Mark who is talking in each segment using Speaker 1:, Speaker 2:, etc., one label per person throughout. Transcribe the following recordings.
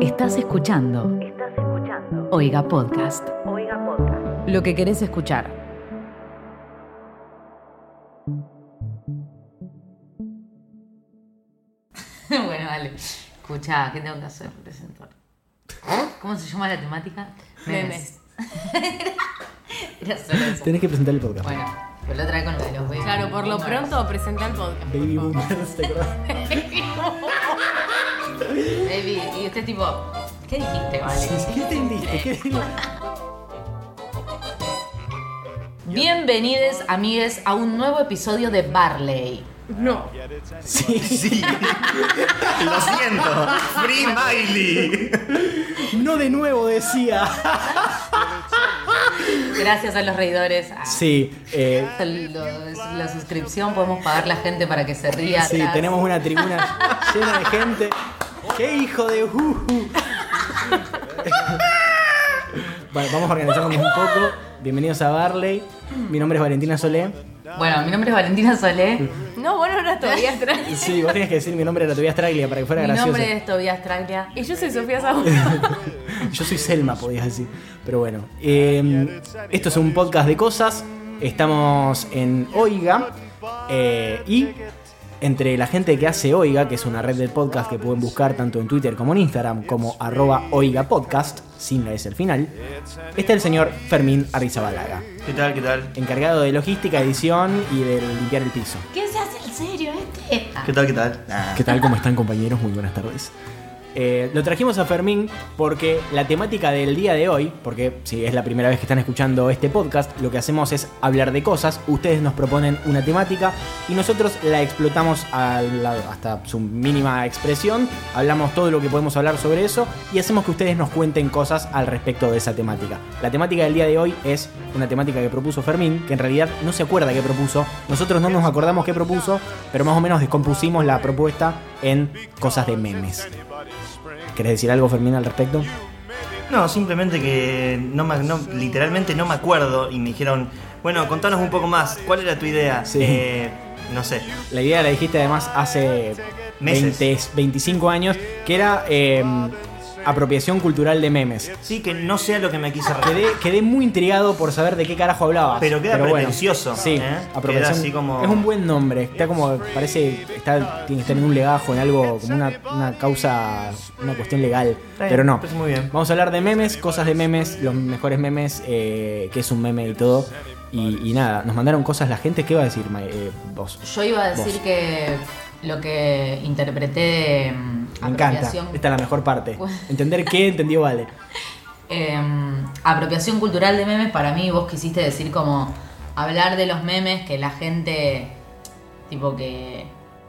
Speaker 1: Estás escuchando. Estás escuchando. Oiga Podcast. Oiga Podcast. Lo que querés escuchar.
Speaker 2: bueno, vale. Escucha, ¿qué tengo que hacer? Presentar. ¿Cómo se llama la temática?
Speaker 3: Memes.
Speaker 2: Era solo eso.
Speaker 4: Tenés que presentar el podcast.
Speaker 2: Bueno, pero lo trae con lo de los baby
Speaker 3: Claro, por lo
Speaker 2: boomers.
Speaker 3: pronto presenta el podcast.
Speaker 4: Baby Boomers, ¿te acordás?
Speaker 2: Baby, y este tipo, ¿qué dijiste, vale?
Speaker 4: ¿Qué entendiste? ¿Qué-
Speaker 2: Bienvenidos, amigues, a un nuevo episodio de Barley.
Speaker 3: No.
Speaker 4: Sí,
Speaker 5: Sí. Lo siento. Free Miley.
Speaker 4: No de nuevo decía.
Speaker 2: Gracias a los reidores. a-
Speaker 4: Sí, eh,
Speaker 2: lo- la suscripción, podemos pagar la gente para que se ría.
Speaker 4: sí,
Speaker 2: atrás.
Speaker 4: tenemos una tribuna llena de gente. ¡Qué hijo de juju! Vale, vamos a organizarnos un poco. Bienvenidos a Barley. Mi nombre es Valentina Solé.
Speaker 2: Bueno, mi nombre es Valentina Solé.
Speaker 3: No, bueno, ahora todavía atrás.
Speaker 4: Sí, vos tenías que decir mi nombre era Tobias Traglia para que fuera
Speaker 2: Mi
Speaker 4: gracioso.
Speaker 2: nombre es Tobias Traglia.
Speaker 3: Y yo soy Sofía Saúl.
Speaker 4: Yo soy Selma, podías decir. Pero bueno, eh, esto es un podcast de cosas. Estamos en Oiga. eh, y entre la gente que hace Oiga, que es una red de podcast que pueden buscar tanto en Twitter como en Instagram, como arroba Oiga Podcast, sin la S al final, está el señor Fermín Arrizabalaga,
Speaker 5: ¿Qué tal? ¿Qué tal?
Speaker 4: encargado de logística, edición y de limpiar el piso.
Speaker 2: ¿Quién se hace el serio este?
Speaker 5: ¿Qué tal? ¿Qué tal? Ah.
Speaker 4: ¿Qué tal? ¿Cómo están compañeros? Muy buenas tardes. Eh, lo trajimos a Fermín porque la temática del día de hoy, porque si es la primera vez que están escuchando este podcast, lo que hacemos es hablar de cosas, ustedes nos proponen una temática y nosotros la explotamos a la- hasta su mínima expresión, hablamos todo lo que podemos hablar sobre eso y hacemos que ustedes nos cuenten cosas al respecto de esa temática. La temática del día de hoy es una temática que propuso Fermín, que en realidad no se acuerda qué propuso, nosotros no nos acordamos qué propuso, pero más o menos descompusimos la propuesta en cosas de memes. ¿Querés decir algo, Fermín, al respecto?
Speaker 5: No, simplemente que no me- no- literalmente no me acuerdo y me dijeron, bueno, contanos un poco más. ¿Cuál era tu idea?
Speaker 4: Sí.
Speaker 5: Eh, no sé.
Speaker 4: La idea la dijiste además hace
Speaker 5: Meses.
Speaker 4: 20, 25 años, que era eh, apropiación cultural de memes.
Speaker 5: Sí, que no sea lo que me quise referir.
Speaker 4: Quedé, quedé muy intrigado por saber de qué carajo hablabas.
Speaker 5: Pero queda
Speaker 4: bueno.
Speaker 5: pretencioso,
Speaker 4: sí,
Speaker 5: ¿eh?
Speaker 4: apropiación.
Speaker 5: Queda así como-
Speaker 4: Es un buen nombre. Está como, parece, está, tiene que estar en un legajo, en algo, como una, una causa, una cuestión legal.
Speaker 5: Está bien,
Speaker 4: Pero no.
Speaker 5: pues muy bien.
Speaker 4: Vamos a hablar de memes, cosas de memes, los mejores memes, eh, qué es un meme y todo. Y, y nada, nos mandaron cosas la gente. ¿Qué va a decir Ma- eh, vos?
Speaker 2: Yo iba a decir
Speaker 4: Vos.
Speaker 2: que lo que interpreté em,
Speaker 4: Me encanta.
Speaker 2: apropiación,
Speaker 4: Esta es la mejor parte.
Speaker 2: Bueno.
Speaker 4: Entender qué entendió Vale.
Speaker 2: em, apropiación cultural de memes, para mí vos quisiste decir como hablar de los memes que la gente, tipo que,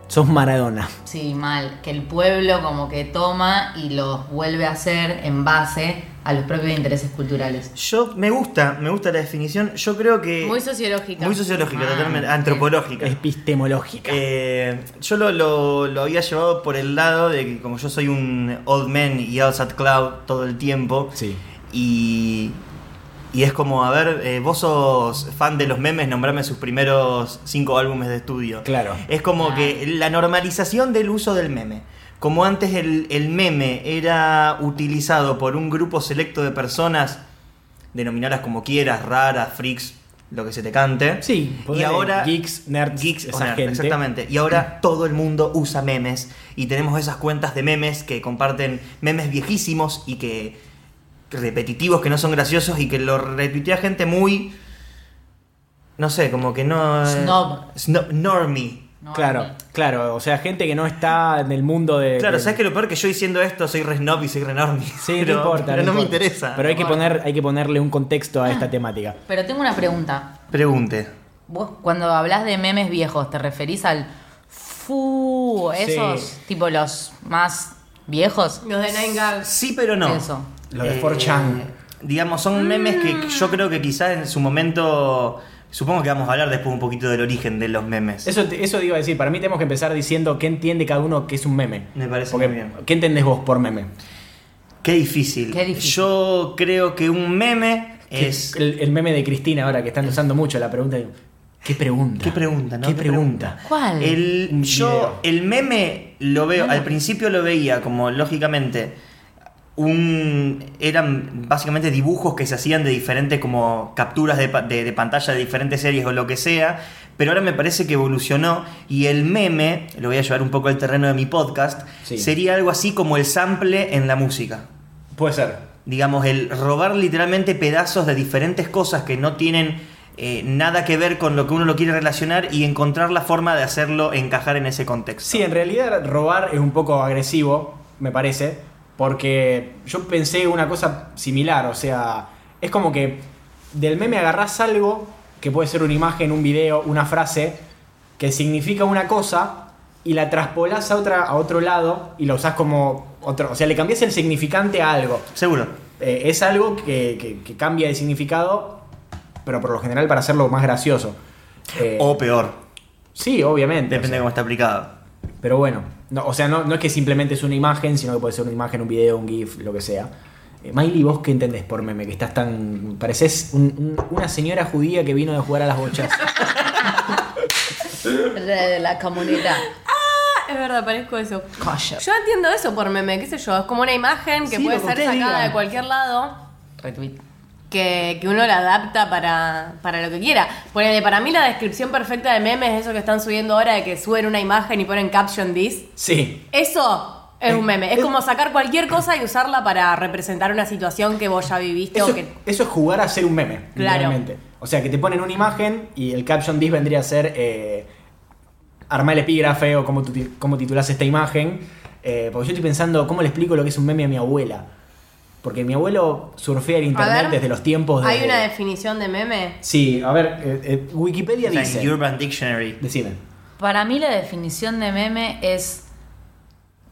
Speaker 4: Sos Maradona.
Speaker 2: sí, mal, que el pueblo como que toma y los vuelve a hacer en base a los propios intereses culturales.
Speaker 5: Yo me gusta, me gusta la definición. Yo creo que.
Speaker 3: Muy sociológica.
Speaker 5: Eh, Muy sociológica,
Speaker 2: Ah,
Speaker 5: totalmente.
Speaker 2: bien.
Speaker 5: Antropológica.
Speaker 4: Epistemológica.
Speaker 5: Eh, yo lo, lo- lo había llevado por el lado de que como yo soy un old man y out at cloud todo el tiempo
Speaker 4: Sí.
Speaker 5: y, y es como, a ver, eh, vos sos fan de los memes, nombrame sus primeros cinco álbumes de estudio.
Speaker 4: Claro.
Speaker 5: Es como
Speaker 2: Ah.
Speaker 5: que la normalización del uso del meme. Como antes el, el meme era utilizado por un grupo selecto de personas, denominadas como quieras, raras, freaks, lo que se te cante.
Speaker 4: Sí,
Speaker 5: y
Speaker 4: ponele
Speaker 5: ahora
Speaker 4: geeks, nerds,
Speaker 5: geeks o
Speaker 4: esa
Speaker 5: nerds,
Speaker 4: gente. Mm.
Speaker 5: exactamente. Y ahora todo el mundo usa memes y tenemos esas cuentas de memes que comparten memes viejísimos y que repetitivos que no son graciosos y que lo retuitea gente muy no sé, como que no
Speaker 2: Snob.
Speaker 5: Snob- normie.
Speaker 2: ¿no?
Speaker 4: Claro, claro. O sea, gente que no está en el mundo de.
Speaker 5: Claro,
Speaker 4: de-
Speaker 5: ¿sabes que lo peor que yo diciendo esto soy re snob y soy re normie?
Speaker 4: eh. Sí,
Speaker 5: pero,
Speaker 4: no importa.
Speaker 5: pero no, me
Speaker 4: importa.
Speaker 5: interesa.
Speaker 4: Pero hay que,
Speaker 2: importa.
Speaker 4: poner, hay que ponerle un contexto a esta
Speaker 2: Ah.
Speaker 4: temática.
Speaker 2: Pero tengo una pregunta.
Speaker 5: Pregunte.
Speaker 2: Vos cuando hablas de memes viejos, ¿te referís al fu o esos
Speaker 4: Sí.
Speaker 2: tipo los más viejos?
Speaker 3: Los de Nine Gags.
Speaker 5: Sí, pero no.
Speaker 2: Eso. Mm.
Speaker 4: Lo de
Speaker 5: Eh,
Speaker 4: 4chan.
Speaker 5: Digamos, son memes que yo creo que quizás en su momento. Supongo que vamos a hablar después un poquito del origen de los memes.
Speaker 4: Eso, te- eso te iba a decir. Para mí tenemos que empezar diciendo qué entiende cada uno que es un meme.
Speaker 5: Me parece
Speaker 4: Porque,
Speaker 5: muy bien.
Speaker 4: ¿Qué entendés vos por meme?
Speaker 5: Qué difícil.
Speaker 2: Qué difícil.
Speaker 5: Yo creo que un meme es.
Speaker 4: El, el meme de Cristina ahora que están usando mucho la pregunta. de- ¿Qué pregunta?
Speaker 5: ¿Qué pregunta, no?
Speaker 4: ¿Qué, pregunta?
Speaker 2: ¿Cuál?
Speaker 4: Un
Speaker 5: El, yo,
Speaker 4: video.
Speaker 5: el meme lo veo, al principio lo veía como lógicamente un eran básicamente dibujos que se hacían de diferentes como capturas de, pa- de- de pantalla de diferentes series o lo que sea pero ahora me parece que evolucionó y el meme lo voy a llevar un poco al terreno de mi podcast
Speaker 4: Sí.
Speaker 5: sería algo así como el sample en la música
Speaker 4: Puede ser.
Speaker 5: digamos, el robar literalmente pedazos de diferentes cosas que no tienen eh, nada que ver con lo que uno lo quiere relacionar y encontrar la forma de hacerlo encajar en ese contexto.
Speaker 4: Sí, en realidad robar es un poco agresivo, me parece, porque yo pensé una cosa similar, o sea, es como que del meme agarrás algo, que puede ser una imagen, un video, una frase, que significa una cosa y la traspolás a, otra, a otro lado y la usás como otro, o sea, le cambiás el significante a algo.
Speaker 5: Seguro.
Speaker 4: Eh, es algo que, que- que cambia de significado, pero por lo general para hacerlo más gracioso. Eh,
Speaker 5: O peor.
Speaker 4: sí, obviamente.
Speaker 5: Depende de
Speaker 4: o sea.
Speaker 5: cómo está aplicado.
Speaker 4: Pero bueno, no, o sea, no, no es que simplemente es una imagen, sino que puede ser una imagen, un video, un GIF, lo que sea. Eh, Miley, ¿vos qué entendés por meme? Que estás tan. pareces un- un- una señora judía que vino de jugar a las bochas.
Speaker 2: de la comunidad.
Speaker 3: Ah, Es verdad, parezco eso.
Speaker 2: Calla.
Speaker 3: Yo entiendo eso por meme, qué sé yo. Es como una imagen que
Speaker 5: Sí,
Speaker 3: puede
Speaker 5: lo que
Speaker 3: ser
Speaker 5: ustedes
Speaker 3: sacada
Speaker 5: digan.
Speaker 3: de cualquier lado.
Speaker 2: Retweet.
Speaker 3: Que, que uno la adapta para, para lo que quiera. Ponele, para mí la descripción perfecta de meme es eso que están subiendo ahora de que suben una imagen y ponen caption this.
Speaker 4: Sí.
Speaker 3: Eso es un meme. Es
Speaker 4: Es-
Speaker 3: como sacar cualquier cosa y usarla para representar una situación que vos ya viviste
Speaker 4: Eso,
Speaker 3: o que.
Speaker 4: eso es jugar a ser un meme,
Speaker 3: Claro.
Speaker 4: realmente. O sea, que te ponen una imagen y el caption this vendría a ser. Eh, armar el epígrafe o cómo, tu- cómo titulás esta imagen. Eh, porque yo estoy pensando, ¿cómo le explico lo que es un meme a mi abuela? Porque mi abuelo surfea el internet
Speaker 3: ver,
Speaker 4: desde los tiempos de.
Speaker 3: ¿Hay una definición de meme?
Speaker 4: Sí, a ver, eh, eh, Wikipedia
Speaker 5: O sea,
Speaker 4: dice.
Speaker 5: en Urban Dictionary.
Speaker 4: Decime.
Speaker 2: Para mí la definición de meme es,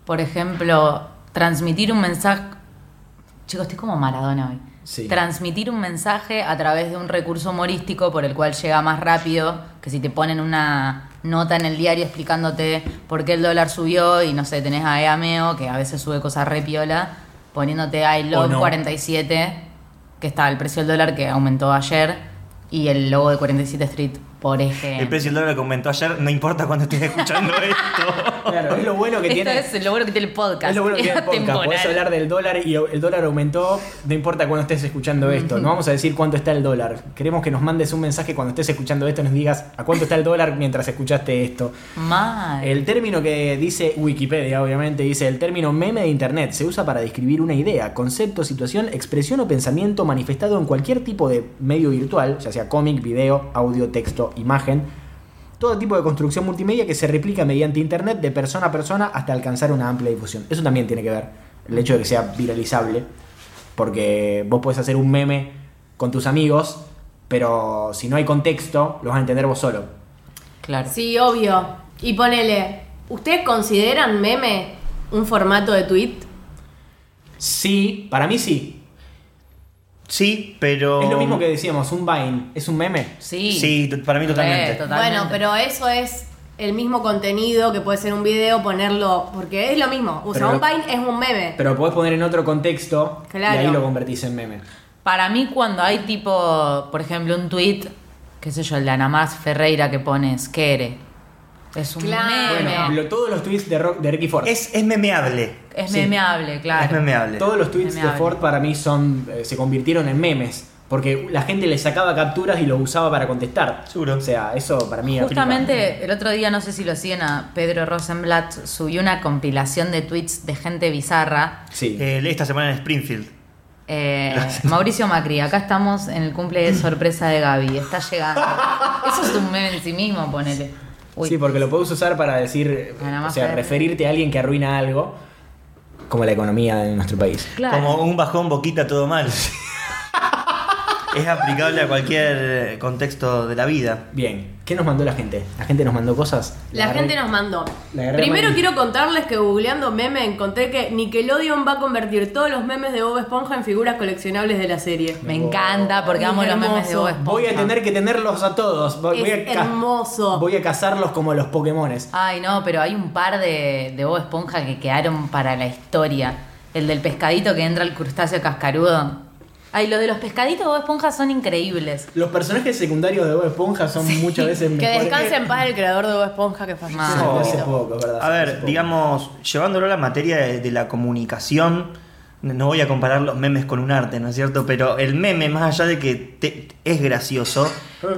Speaker 2: por ejemplo, transmitir un mensaje... Chicos, estoy como Maradona hoy.
Speaker 4: Sí.
Speaker 2: Transmitir un mensaje a través de un recurso humorístico por el cual llega más rápido que si te ponen una nota en el diario explicándote por qué el dólar subió y no sé, tenés a Eameo, que a veces sube cosas re piola, poniéndote I love
Speaker 4: no.
Speaker 2: 47, que está el precio del dólar que aumentó ayer, y el logo de 47 Street, por ejemplo.
Speaker 5: El precio del dólar que aumentó ayer, no importa cuando estés escuchando esto.
Speaker 4: Claro, es lo bueno que
Speaker 2: Esto
Speaker 4: tiene.
Speaker 2: es lo bueno que tiene el podcast.
Speaker 4: es lo bueno que tiene el podcast.
Speaker 2: Atemporal.
Speaker 4: Podés hablar del dólar y el dólar aumentó. No importa cuándo estés escuchando esto. No vamos a decir cuánto está el dólar. Queremos que nos mandes un mensaje cuando estés escuchando esto y nos digas a cuánto está el dólar mientras escuchaste esto.
Speaker 2: Mal.
Speaker 4: El término que dice Wikipedia, obviamente, dice el término meme de Internet. Se usa para describir una idea, concepto, situación, expresión o pensamiento manifestado en cualquier tipo de medio virtual, ya sea cómic, video, audio, texto, imagen. Todo tipo de construcción multimedia que se replica mediante Internet de persona a persona hasta alcanzar una amplia difusión. Eso también tiene que ver, el hecho de que sea viralizable, porque vos podés hacer un meme con tus amigos, pero si no hay contexto, lo vas a entender vos solo.
Speaker 2: Claro.
Speaker 3: Sí, obvio. Y ponele, ¿ustedes consideran meme un formato de tweet?
Speaker 4: Sí, para mí sí,
Speaker 5: Sí, pero.
Speaker 4: Es lo mismo que decíamos, un Vine es un meme.
Speaker 2: Sí.
Speaker 5: Sí, t- para mí
Speaker 2: Re,
Speaker 5: totalmente.
Speaker 2: totalmente.
Speaker 3: Bueno, pero eso es el mismo contenido que puede ser un video, ponerlo, porque es lo mismo. Usa
Speaker 4: Pero
Speaker 3: un
Speaker 4: lo-
Speaker 3: Vine es un meme.
Speaker 4: Pero lo podés poner en otro contexto
Speaker 3: Claro.
Speaker 4: y ahí lo convertís en meme.
Speaker 2: Para mí, cuando hay tipo, por ejemplo, un tweet, qué sé yo, el de Ana Más Ferreira que pones, ¿qué eres? Es un
Speaker 3: Claro.
Speaker 2: meme.
Speaker 4: Bueno, lo- todos los tweets de, Ro- de Ricky Ford.
Speaker 5: Es, es memeable.
Speaker 2: es
Speaker 4: sí.
Speaker 2: memeable, claro.
Speaker 5: Es memeable.
Speaker 4: todos los tweets de
Speaker 2: memeable.
Speaker 4: Ford para mí son eh, se convirtieron en memes. Porque la gente le sacaba capturas y lo usaba para contestar.
Speaker 5: Seguro.
Speaker 4: O sea, eso para mí aplica.
Speaker 2: Justamente el otro día, no sé si lo siguen a Pedro Rosenblatt, subió una compilación de tweets de gente bizarra.
Speaker 4: Sí.
Speaker 5: Eh, esta semana en Springfield.
Speaker 2: Eh, Mauricio Macri, acá estamos en el cumple de sorpresa de Gaby, está llegando. Eso es un meme en sí mismo, ponele. Uy.
Speaker 4: Sí, porque lo podés usar para decir, eh,
Speaker 2: Nada
Speaker 4: o
Speaker 2: más
Speaker 4: sea,
Speaker 2: ver.
Speaker 4: referirte a alguien que arruina algo, como la economía de nuestro país.
Speaker 2: Claro.
Speaker 5: Como un bajón boquita todo mal. es aplicable a cualquier contexto de la vida.
Speaker 4: Bien, ¿qué nos mandó la gente? La gente nos mandó cosas.
Speaker 3: La
Speaker 4: agarré-
Speaker 3: gente nos mandó.
Speaker 4: La agarré
Speaker 3: Primero
Speaker 4: mal.
Speaker 3: quiero contarles que googleando meme encontré que Nickelodeon va a convertir todos los memes de Bob Esponja en figuras coleccionables de la serie.
Speaker 2: Me encanta porque amo
Speaker 3: Es
Speaker 2: los memes de
Speaker 3: hermoso.
Speaker 2: Bob Esponja.
Speaker 4: Voy a tener que tenerlos a todos. Voy,
Speaker 3: Es
Speaker 4: voy a ca-
Speaker 3: hermoso.
Speaker 4: Voy a cazarlos como los Pokémones.
Speaker 2: Ay, no, pero hay un par de, de Bob Esponja que quedaron para la historia. El del pescadito que entra al crustáceo cascarudo. Ay, lo de los pescaditos de Bob Esponja son increíbles.
Speaker 4: Los personajes secundarios de Bob Esponja son muchas veces
Speaker 3: Que
Speaker 4: mejores.
Speaker 3: descanse en paz el creador de Bob Esponja que falleció.
Speaker 2: Mal.
Speaker 3: hace
Speaker 4: No,
Speaker 3: poquito.
Speaker 4: hace poco, es ¿verdad?
Speaker 5: A
Speaker 4: hace
Speaker 5: ver,
Speaker 4: poco.
Speaker 5: digamos, llevándolo a la materia de, de la comunicación, No voy a comparar los memes con un arte, ¿no es cierto? Pero el meme, más allá de que te- es gracioso,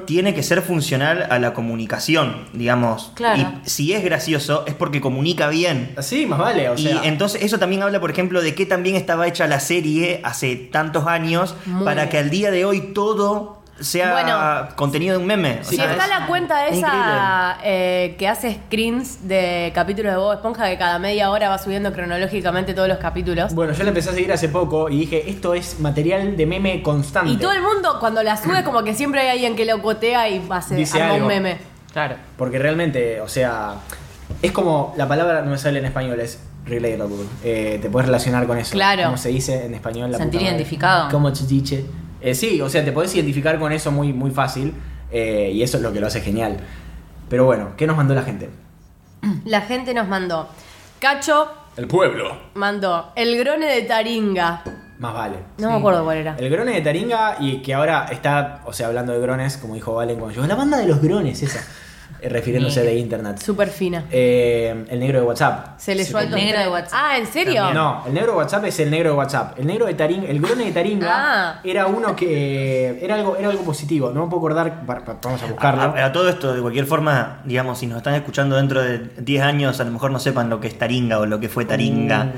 Speaker 5: tiene que ser funcional a la comunicación, digamos.
Speaker 2: Claro.
Speaker 5: Y si es gracioso, es porque comunica bien.
Speaker 4: Así, más vale, o sea.
Speaker 5: y entonces eso también habla, por ejemplo, de que también estaba hecha la serie hace tantos años
Speaker 2: Muy
Speaker 5: para
Speaker 2: bien.
Speaker 5: que al día de hoy todo sea
Speaker 3: Bueno.
Speaker 5: contenido de un meme. O
Speaker 3: Si
Speaker 5: sea,
Speaker 3: está
Speaker 5: es-
Speaker 3: la cuenta
Speaker 5: es
Speaker 3: esa eh, que hace screens de capítulos de Bob Esponja que cada media hora va subiendo cronológicamente todos los capítulos.
Speaker 4: Bueno, yo la empecé a seguir hace poco y dije, esto es material de meme constante.
Speaker 3: Y todo el mundo cuando la sube como que siempre hay alguien que lo cotea y hace
Speaker 4: Dice
Speaker 3: arma
Speaker 4: algo.
Speaker 3: un meme.
Speaker 2: Claro.
Speaker 4: Porque realmente, o sea, es como la palabra no me sale en español, es relatable. Eh, te puedes relacionar con eso.
Speaker 3: Claro.
Speaker 4: Como se dice en español. La
Speaker 2: Sentir
Speaker 4: puta madre.
Speaker 2: identificado.
Speaker 4: Como chichiche. Eh, sí, o sea, te podés identificar con eso muy, muy fácil eh, y eso es lo que lo hace genial. Pero bueno, ¿qué nos mandó la gente?
Speaker 3: La gente nos mandó. Cacho
Speaker 4: El pueblo.
Speaker 3: mandó el grone de Taringa.
Speaker 4: Más vale.
Speaker 3: No me acuerdo cuál era.
Speaker 4: El grone de Taringa y que ahora está, o sea, hablando de grones, como dijo Valen cuando llegó, la banda de los grones esa, eh, refiriéndose de internet.
Speaker 3: Súper fina.
Speaker 4: Eh, el negro de WhatsApp.
Speaker 3: Se le
Speaker 4: Sí,
Speaker 2: el
Speaker 3: suelta un
Speaker 2: negro
Speaker 3: tren.
Speaker 2: de WhatsApp.
Speaker 3: Ah, ¿en serio?
Speaker 5: También.
Speaker 4: No, el negro de WhatsApp es el negro de WhatsApp. El negro de Taringa, el grone de Taringa
Speaker 3: Ah.
Speaker 4: era uno que era algo, era algo positivo. No me puedo acordar, pa- pa- vamos a buscarlo.
Speaker 5: Ah, A, a todo esto, de cualquier forma, digamos, si nos están escuchando dentro de 10 años, a lo mejor no sepan lo que es Taringa o lo que fue Taringa.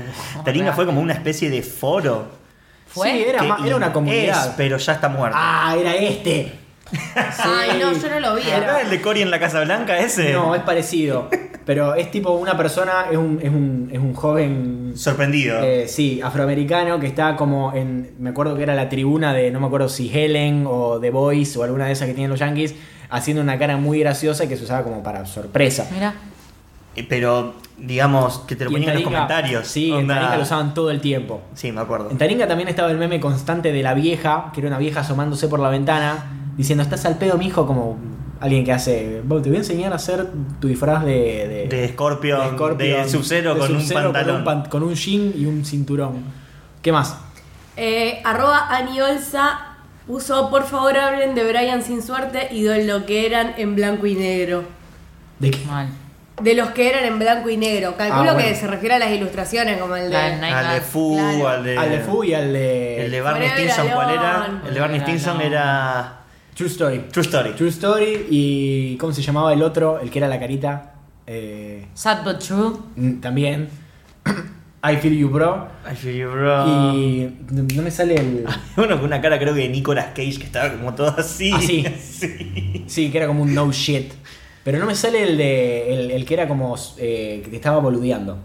Speaker 5: Taringa fue como una especie de foro.
Speaker 2: ¿Fue?
Speaker 4: Sí, Uh, era,
Speaker 5: que
Speaker 4: ma- era una
Speaker 5: es,
Speaker 4: comunidad.
Speaker 5: pero ya está muerto.
Speaker 4: Ah, era este.
Speaker 2: Ay, no, yo no lo vi.
Speaker 5: ¿Era el de Cory en la Casa Blanca ese?
Speaker 4: No, es parecido. Pero es tipo una persona, es un, es un, es un joven
Speaker 5: Sorprendido.
Speaker 4: Eh, sí, afroamericano que está como en. Me acuerdo que era la tribuna de, no me acuerdo si Helen o The Voice o alguna de esas que tienen los yankees, haciendo una cara muy graciosa que se usaba como para sorpresa.
Speaker 2: Mira.
Speaker 5: Eh, Pero, digamos, que te lo
Speaker 4: Y
Speaker 5: ponían en los
Speaker 4: Taringa-
Speaker 5: comentarios.
Speaker 4: Sí,
Speaker 5: Onda-
Speaker 4: en Taringa lo usaban todo el tiempo.
Speaker 5: Sí, me acuerdo.
Speaker 4: En Taringa también estaba el meme constante de la vieja, que era una vieja asomándose por la ventana, diciendo, estás al pedo, mijo, como alguien que hace, "Vos, te voy a enseñar a hacer tu disfraz de... de-
Speaker 5: De Scorpion,
Speaker 4: de Scorpion,
Speaker 5: de Sub-Zero
Speaker 4: de
Speaker 5: con un
Speaker 4: Sub-Zero con
Speaker 5: pantalón.
Speaker 4: un pan- Con un jean y un cinturón. ¿Qué más?
Speaker 3: Eh, arroba Aniolsa puso, por favor hablen de Brian sin suerte y de lo que eran en blanco y negro.
Speaker 4: ¿De qué?
Speaker 2: Mal.
Speaker 3: De los que eran en blanco y negro. Calculo
Speaker 4: Ah, bueno.
Speaker 3: que se refiere a las ilustraciones, como el de...
Speaker 2: La- la-
Speaker 5: al de Fu,
Speaker 3: Claro.
Speaker 5: al de...
Speaker 4: al de Fu y al de...
Speaker 5: Eh, El de Barney
Speaker 3: Forever
Speaker 5: Stinson, ¿cuál era?
Speaker 3: Alone.
Speaker 5: El de Barney
Speaker 2: Forever
Speaker 5: Stinson
Speaker 2: Alone.
Speaker 5: era...
Speaker 4: True Story.
Speaker 5: True Story.
Speaker 4: True Story y... ¿Cómo se llamaba el otro? El que era la carita. eh,
Speaker 2: Sad but true.
Speaker 4: mm, también. I Feel You Bro.
Speaker 5: I feel you, bro.
Speaker 4: Y no no me sale el...
Speaker 5: Uno con una cara creo que de Nicolas Cage que estaba como todo así.
Speaker 4: Así.
Speaker 5: Sí.
Speaker 4: Sí, que era como un no shit. Pero no me sale el de el, el que era como eh, que te estaba boludeando.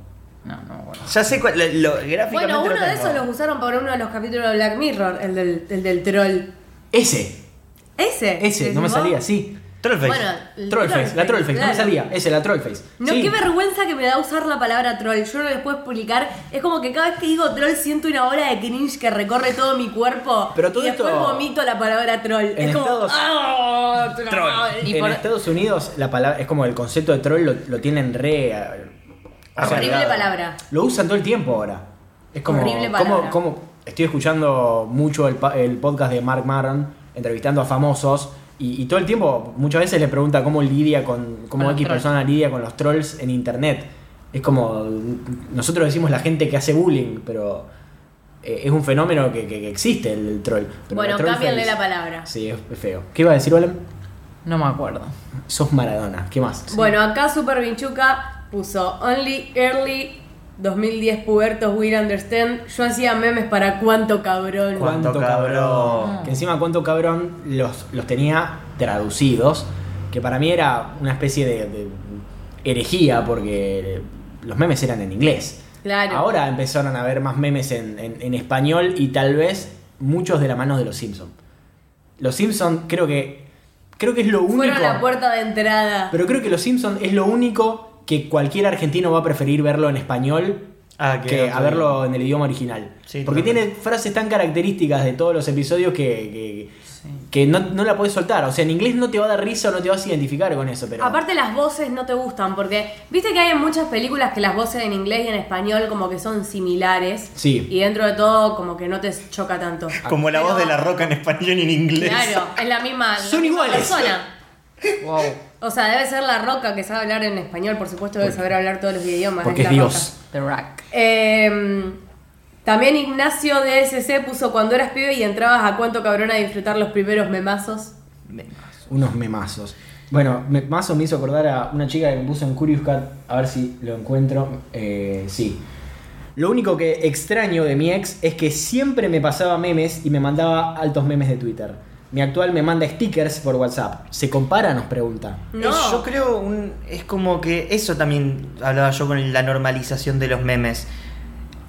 Speaker 2: No, no me acuerdo.
Speaker 5: Ya sé cuál, lo, lo- gráficamente
Speaker 3: Bueno, uno
Speaker 5: lo
Speaker 3: de
Speaker 5: tengo.
Speaker 3: esos los usaron para uno de los capítulos de Black Mirror, el del, el del troll.
Speaker 4: Ese,
Speaker 3: Ese.
Speaker 4: ese, no me
Speaker 3: ¿Vos?
Speaker 4: salía, sí.
Speaker 5: Trollface.
Speaker 3: Bueno, el
Speaker 4: Trollface, la Trollface, no me
Speaker 3: claro.
Speaker 4: salía, ese, la Trollface.
Speaker 3: No,
Speaker 4: Sí.
Speaker 3: qué vergüenza que me da usar la palabra troll. Yo no les puedo explicar. Es como que cada vez que digo troll siento una ola de cringe que recorre todo mi cuerpo.
Speaker 4: Pero todo
Speaker 3: y después
Speaker 4: esto-
Speaker 3: vomito la palabra troll.
Speaker 4: En
Speaker 3: es como.
Speaker 4: Estados-
Speaker 3: "Ah, troll".
Speaker 2: Y
Speaker 4: en
Speaker 2: por-
Speaker 4: Estados Unidos la palabra es como el concepto de troll lo, lo tienen re eh, o sea,
Speaker 3: Horrible palabra.
Speaker 4: Lo usan todo el tiempo ahora. Es como,
Speaker 3: Horrible
Speaker 4: como-
Speaker 3: palabra.
Speaker 4: como- estoy escuchando mucho el, pa- el podcast de Mark Maron, entrevistando a famosos, y, y todo el tiempo, muchas veces le pregunta cómo lidia con,
Speaker 2: Con
Speaker 4: cómo
Speaker 2: los
Speaker 4: X
Speaker 2: trolls.
Speaker 4: persona lidia con los trolls en internet. Es como, nosotros decimos la gente que hace bullying, pero eh, es un fenómeno que, que- que existe el, el troll. Pero
Speaker 3: Bueno,
Speaker 4: la troll
Speaker 3: cámbiale
Speaker 4: face-
Speaker 3: la palabra.
Speaker 4: Sí, es, es feo. ¿Qué iba a decir, Valem?
Speaker 2: No me acuerdo.
Speaker 4: Sos Maradona, ¿qué más?
Speaker 3: Bueno, acá Super Vinchuca puso Only Early 2010 pubertos will understand. Yo hacía memes para cuánto cabrón.
Speaker 5: Cuánto
Speaker 3: Mm.
Speaker 5: cabrón.
Speaker 4: Que encima cuánto cabrón los, los tenía traducidos, que para mí era una especie de, de herejía porque los memes eran en inglés.
Speaker 3: Claro.
Speaker 4: Ahora empezaron a ver más memes en, en- en español y tal vez muchos de la mano de los Simpson. Los Simpson creo que creo que es lo único.
Speaker 3: Fueron la puerta de entrada.
Speaker 4: Pero creo que Los Simpsons es lo único que cualquier argentino va a preferir verlo en español
Speaker 5: Ah, que
Speaker 4: que
Speaker 5: otro
Speaker 4: a verlo en el idioma original.
Speaker 5: Sí,
Speaker 4: Porque
Speaker 5: totalmente.
Speaker 4: tiene frases tan características de todos los episodios que, que, que no, no la puedes soltar. O sea, en inglés no te va a dar risa o no te vas a identificar con eso. Pero
Speaker 3: Aparte las voces no te gustan porque viste que hay en muchas películas que las voces en inglés y en español como que son similares.
Speaker 4: Sí.
Speaker 3: Y dentro de todo como que no te choca tanto.
Speaker 5: Como
Speaker 4: Ah,
Speaker 5: la voz
Speaker 3: Pero-
Speaker 5: de la roca en español y en inglés.
Speaker 3: Claro, es la misma, la
Speaker 4: Son
Speaker 3: misma
Speaker 4: iguales.
Speaker 3: persona.
Speaker 2: Wow.
Speaker 3: O sea, debe ser la roca que sabe hablar en español, por supuesto debe saber hablar todos los idiomas.
Speaker 4: porque es
Speaker 3: la Roca.
Speaker 4: Dios.
Speaker 2: The Rack.
Speaker 3: Eh, También Ignacio de SC puso cuando eras pibe y entrabas a cuánto cabrón a disfrutar los primeros memazos.
Speaker 4: Unos memazos. Bueno, memazo me hizo acordar a una chica que me puso en Curious Cat, a ver si lo encuentro. Eh, sí. Lo único que extraño de mi ex es que siempre me pasaba memes y me mandaba altos memes de Twitter. Mi actual me manda stickers por WhatsApp. ¿Se compara? Nos pregunta.
Speaker 3: No.
Speaker 5: Es- Eh, yo creo un, es como que eso también hablaba yo con la normalización de los memes.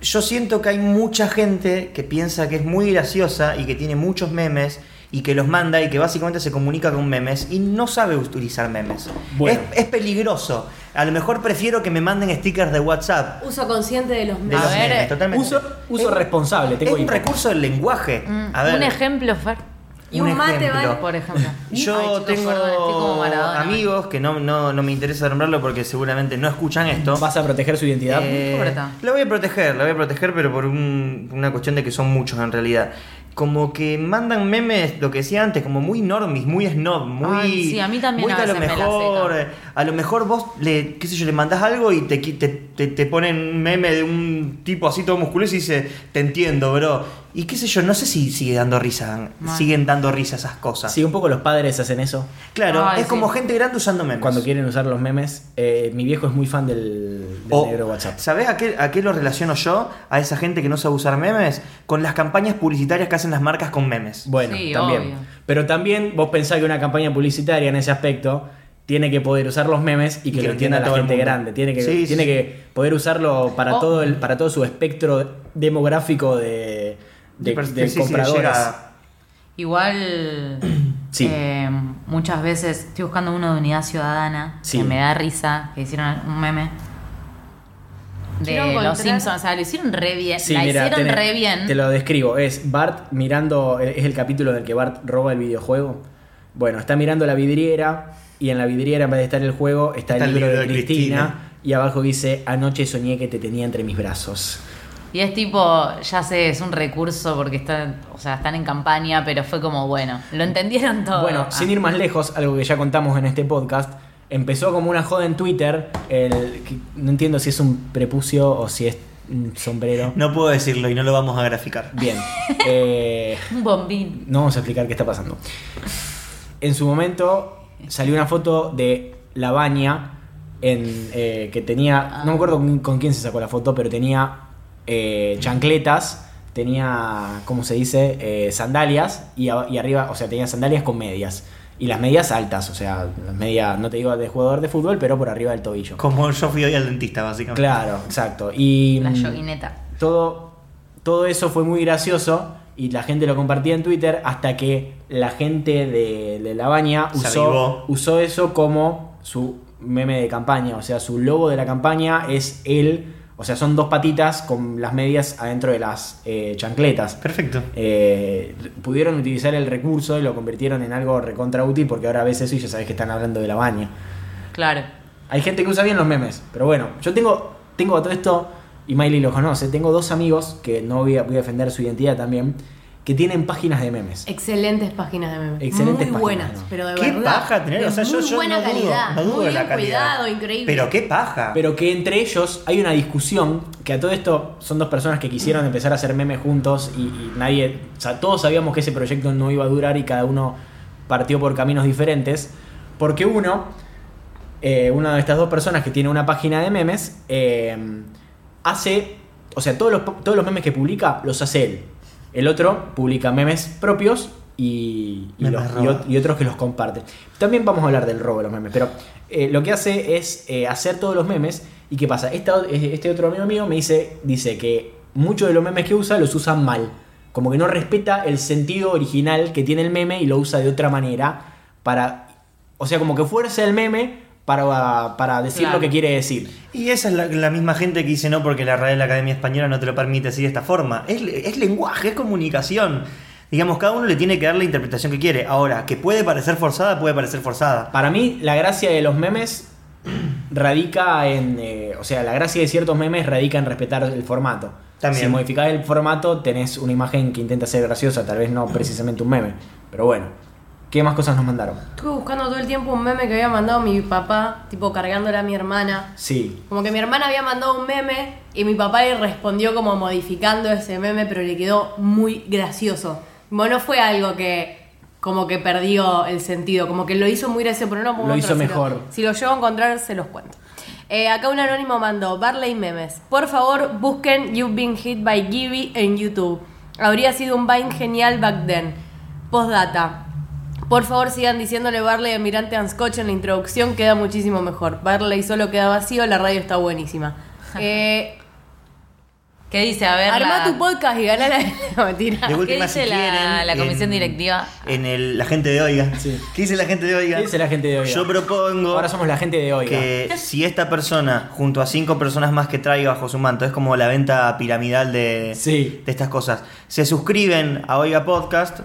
Speaker 5: Yo siento que hay mucha gente que piensa que es muy graciosa y que tiene muchos memes y que los manda y que básicamente se comunica con memes y no sabe utilizar memes.
Speaker 4: Bueno.
Speaker 5: Es, es peligroso. A lo mejor prefiero que me manden stickers de WhatsApp.
Speaker 3: Uso consciente de los
Speaker 5: De
Speaker 3: memes.
Speaker 5: los
Speaker 2: ver,
Speaker 5: memes, totalmente.
Speaker 4: Uso, uso
Speaker 5: Es-
Speaker 4: responsable.
Speaker 5: Es
Speaker 4: Tengo
Speaker 5: un
Speaker 4: hipo.
Speaker 5: recurso del lenguaje.
Speaker 2: Mm,
Speaker 5: A ver,
Speaker 2: Un ejemplo, Fer.
Speaker 3: Y
Speaker 5: un
Speaker 3: un mate,
Speaker 5: ejemplo.
Speaker 3: ¿vale?
Speaker 2: Por ejemplo.
Speaker 5: Yo
Speaker 2: Ay, chicos,
Speaker 5: tengo
Speaker 2: perdón, estoy como Maradona.
Speaker 5: amigos que no, no, no me interesa nombrarlo porque seguramente no escuchan esto.
Speaker 4: ¿Vas a proteger su identidad?
Speaker 5: Eh,
Speaker 2: Pobreta.
Speaker 5: la voy a proteger, la voy a proteger, pero por un- una cuestión de que son muchos en realidad. Como que mandan memes, lo que decía antes, como muy normis, muy snob, muy.
Speaker 2: Ay, sí, a mí también
Speaker 5: muy
Speaker 2: a
Speaker 5: que lo
Speaker 2: veces me la
Speaker 5: mejor.
Speaker 2: seca.
Speaker 5: eh, A lo mejor vos, le, qué sé yo, le mandás algo y te, qui- te, te- te ponen un meme de un tipo así todo musculoso y dice, te entiendo, bro. Y qué sé yo, no sé si sigue dando risa,
Speaker 2: Mal.
Speaker 5: siguen dando risa esas cosas.
Speaker 4: Sí, un poco los padres hacen eso.
Speaker 5: Claro,
Speaker 2: Ay,
Speaker 5: es como
Speaker 2: sí.
Speaker 5: gente grande usando memes.
Speaker 4: Cuando quieren usar los memes, Eh, mi viejo es muy fan del, del
Speaker 5: O,
Speaker 4: negro WhatsApp.
Speaker 5: ¿Sabés a qué, a qué lo relaciono yo? A esa gente que no sabe usar memes. Con las campañas publicitarias que hacen las marcas con memes.
Speaker 4: Bueno,
Speaker 2: Sí,
Speaker 4: también.
Speaker 2: obvio.
Speaker 4: Pero también vos pensás que una campaña publicitaria en ese aspecto tiene que poder usar los memes y que, lo entienda la
Speaker 5: todo el
Speaker 4: gente
Speaker 5: mundo.
Speaker 4: grande. Tiene que,
Speaker 5: Sí,
Speaker 4: tiene
Speaker 5: sí.
Speaker 4: que poder usarlo para,
Speaker 2: O-
Speaker 4: todo el, para todo su espectro demográfico de, de,
Speaker 5: Sí,
Speaker 4: de
Speaker 5: sí, sí,
Speaker 4: compradores.
Speaker 5: llega-
Speaker 2: Igual.
Speaker 4: Sí.
Speaker 2: eh, muchas veces estoy buscando uno de unidad ciudadana
Speaker 4: Sí.
Speaker 2: que me da risa, que hicieron un meme. De
Speaker 3: Quiero encontrar-
Speaker 2: los Simpsons, o sea, lo hicieron re bien.
Speaker 4: Sí,
Speaker 2: la
Speaker 4: mira,
Speaker 2: hicieron
Speaker 4: tenés-
Speaker 2: re bien.
Speaker 4: Te lo describo. Es Bart mirando. Es el capítulo en el que Bart roba el videojuego. Bueno, está mirando la vidriera. Y en la vidriera, en vez de estar el juego, está, el libro, de, Cristina, Y abajo dice: Anoche soñé que te tenía entre mis brazos.
Speaker 2: Y es tipo, ya sé, es un recurso porque están, o sea, están en campaña, pero fue como bueno. Lo entendieron todo.
Speaker 4: Bueno,
Speaker 2: Ah.
Speaker 4: sin ir más lejos, algo que ya contamos en este podcast. Empezó como una joda en Twitter. el- que no entiendo si es un prepucio o si es un sombrero.
Speaker 5: No puedo decirlo y no lo vamos a graficar.
Speaker 4: Bien. Eh.
Speaker 2: Un bombín.
Speaker 4: No vamos a explicar qué está pasando. En su momento salió una foto de la baña en, eh, que tenía, no me acuerdo con, con quién se sacó la foto, pero tenía eh, chancletas, tenía, ¿cómo se dice? Eh, sandalias y, a- y arriba, o sea, tenía sandalias con medias. Y las medias altas, o sea, las medias, no te digo de jugador de fútbol, pero por arriba del tobillo.
Speaker 5: Como yo fui hoy al dentista, básicamente.
Speaker 4: Claro, exacto. Y
Speaker 2: La
Speaker 4: mm,
Speaker 2: yoguineta.
Speaker 4: todo, todo eso fue muy gracioso y la gente lo compartía en Twitter hasta que la gente de, de la baña
Speaker 5: Se
Speaker 4: usó,
Speaker 5: avivó.
Speaker 4: usó eso como su meme de campaña. O sea, su logo de la campaña es él. O sea, son dos patitas con las medias adentro de las eh, chancletas.
Speaker 5: Perfecto.
Speaker 4: Eh, pudieron utilizar el recurso y lo convirtieron en algo recontra útil porque ahora ves eso y ya sabes que están hablando de la baña.
Speaker 2: Claro.
Speaker 4: Hay gente que usa bien los memes, pero bueno, yo tengo, tengo a todo esto, y Miley lo conoce, tengo dos amigos, que no voy a, voy a defender su identidad también, que tienen páginas de memes.
Speaker 3: Excelentes páginas de memes.
Speaker 4: Excelentes
Speaker 3: muy
Speaker 4: páginas,
Speaker 3: buenas,
Speaker 4: ¿no?
Speaker 3: pero de
Speaker 5: Qué
Speaker 3: verdad.
Speaker 5: paja tener.
Speaker 3: de
Speaker 5: O sea, yo,
Speaker 3: muy
Speaker 5: yo
Speaker 3: buena
Speaker 5: no dudo,
Speaker 3: calidad.
Speaker 5: no dudo
Speaker 3: muy
Speaker 5: de
Speaker 3: bien
Speaker 5: la calidad.
Speaker 3: cuidado, increíble.
Speaker 5: Pero qué paja.
Speaker 4: Pero que entre ellos hay una discusión, que a todo esto son dos personas que quisieron empezar a hacer memes juntos y, y nadie, o sea, todos sabíamos que ese proyecto no iba a durar y cada uno partió por caminos diferentes, porque uno, eh, una de estas dos personas que tiene una página de memes, eh, hace, o sea, todos los, todos los memes que publica los hace él. El otro publica memes propios y, y
Speaker 5: Memes
Speaker 4: los- y
Speaker 5: roba.
Speaker 4: ot- y otros que los comparte. También vamos a hablar del robo de los memes, pero eh, lo que hace es eh, hacer todos los memes. ¿Y qué pasa? Esta- este otro amigo mío me dice, dice que muchos de los memes que usa los usan mal. Como que no respeta el sentido original que tiene el meme y lo usa de otra manera para... O sea, como que fuerza el meme para, para decir
Speaker 2: Claro.
Speaker 4: lo que quiere decir.
Speaker 5: Y esa es la, la misma gente que dice no porque la Real Academia Española no te lo permite así de esta forma. Es, le- es lenguaje, es comunicación. Digamos, cada uno le tiene que dar la interpretación que quiere. Ahora, que puede parecer forzada, puede parecer forzada.
Speaker 4: Para mí, la gracia de los memes radica en. eh, o sea, la gracia de ciertos memes radica en respetar el formato.
Speaker 5: También.
Speaker 4: Si modificás el formato, tenés una imagen que intenta ser graciosa, tal vez no precisamente un meme. Pero bueno, ¿Qué más cosas nos mandaron?
Speaker 3: Estuve buscando todo el tiempo un meme que había mandado mi papá, tipo cargándole a mi hermana.
Speaker 4: Sí.
Speaker 3: Como que mi hermana había mandado un meme y mi papá le respondió como modificando ese meme, pero le quedó muy gracioso. Bueno, fue algo que como que perdió el sentido, como que lo hizo muy gracioso, pero no puedo
Speaker 4: Lo hizo
Speaker 3: encontrar, si
Speaker 4: mejor.
Speaker 3: Si lo llevo a encontrar, se los cuento. Eh, acá un anónimo mandó, Barley Memes, por favor busquen You've Been Hit by Gibby en YouTube. Habría sido un Vine genial back then. Postdata. Por favor sigan diciéndole Barley Almirante Anscoch en la introducción, queda muchísimo mejor. Barley solo queda vacío, la radio está buenísima. Eh,
Speaker 2: ¿Qué dice? A ver.
Speaker 3: arma
Speaker 2: la-
Speaker 3: tu podcast y gana la... No, mentira.
Speaker 5: De última,
Speaker 2: Ah, ¿Qué dice
Speaker 5: si
Speaker 2: la-
Speaker 5: quieren,
Speaker 2: la comisión directiva?
Speaker 5: En el, la gente de Oiga.
Speaker 4: Sí.
Speaker 5: ¿Qué dice la gente de Oiga?
Speaker 4: ¿Qué dice la gente de hoy?
Speaker 5: Yo propongo
Speaker 4: Ahora somos la gente de hoy.
Speaker 5: que si esta persona, junto a cinco personas más que traiga bajo su manto, es como la venta piramidal de,
Speaker 4: Sí.
Speaker 5: de estas cosas, se suscriben a Oiga Podcast,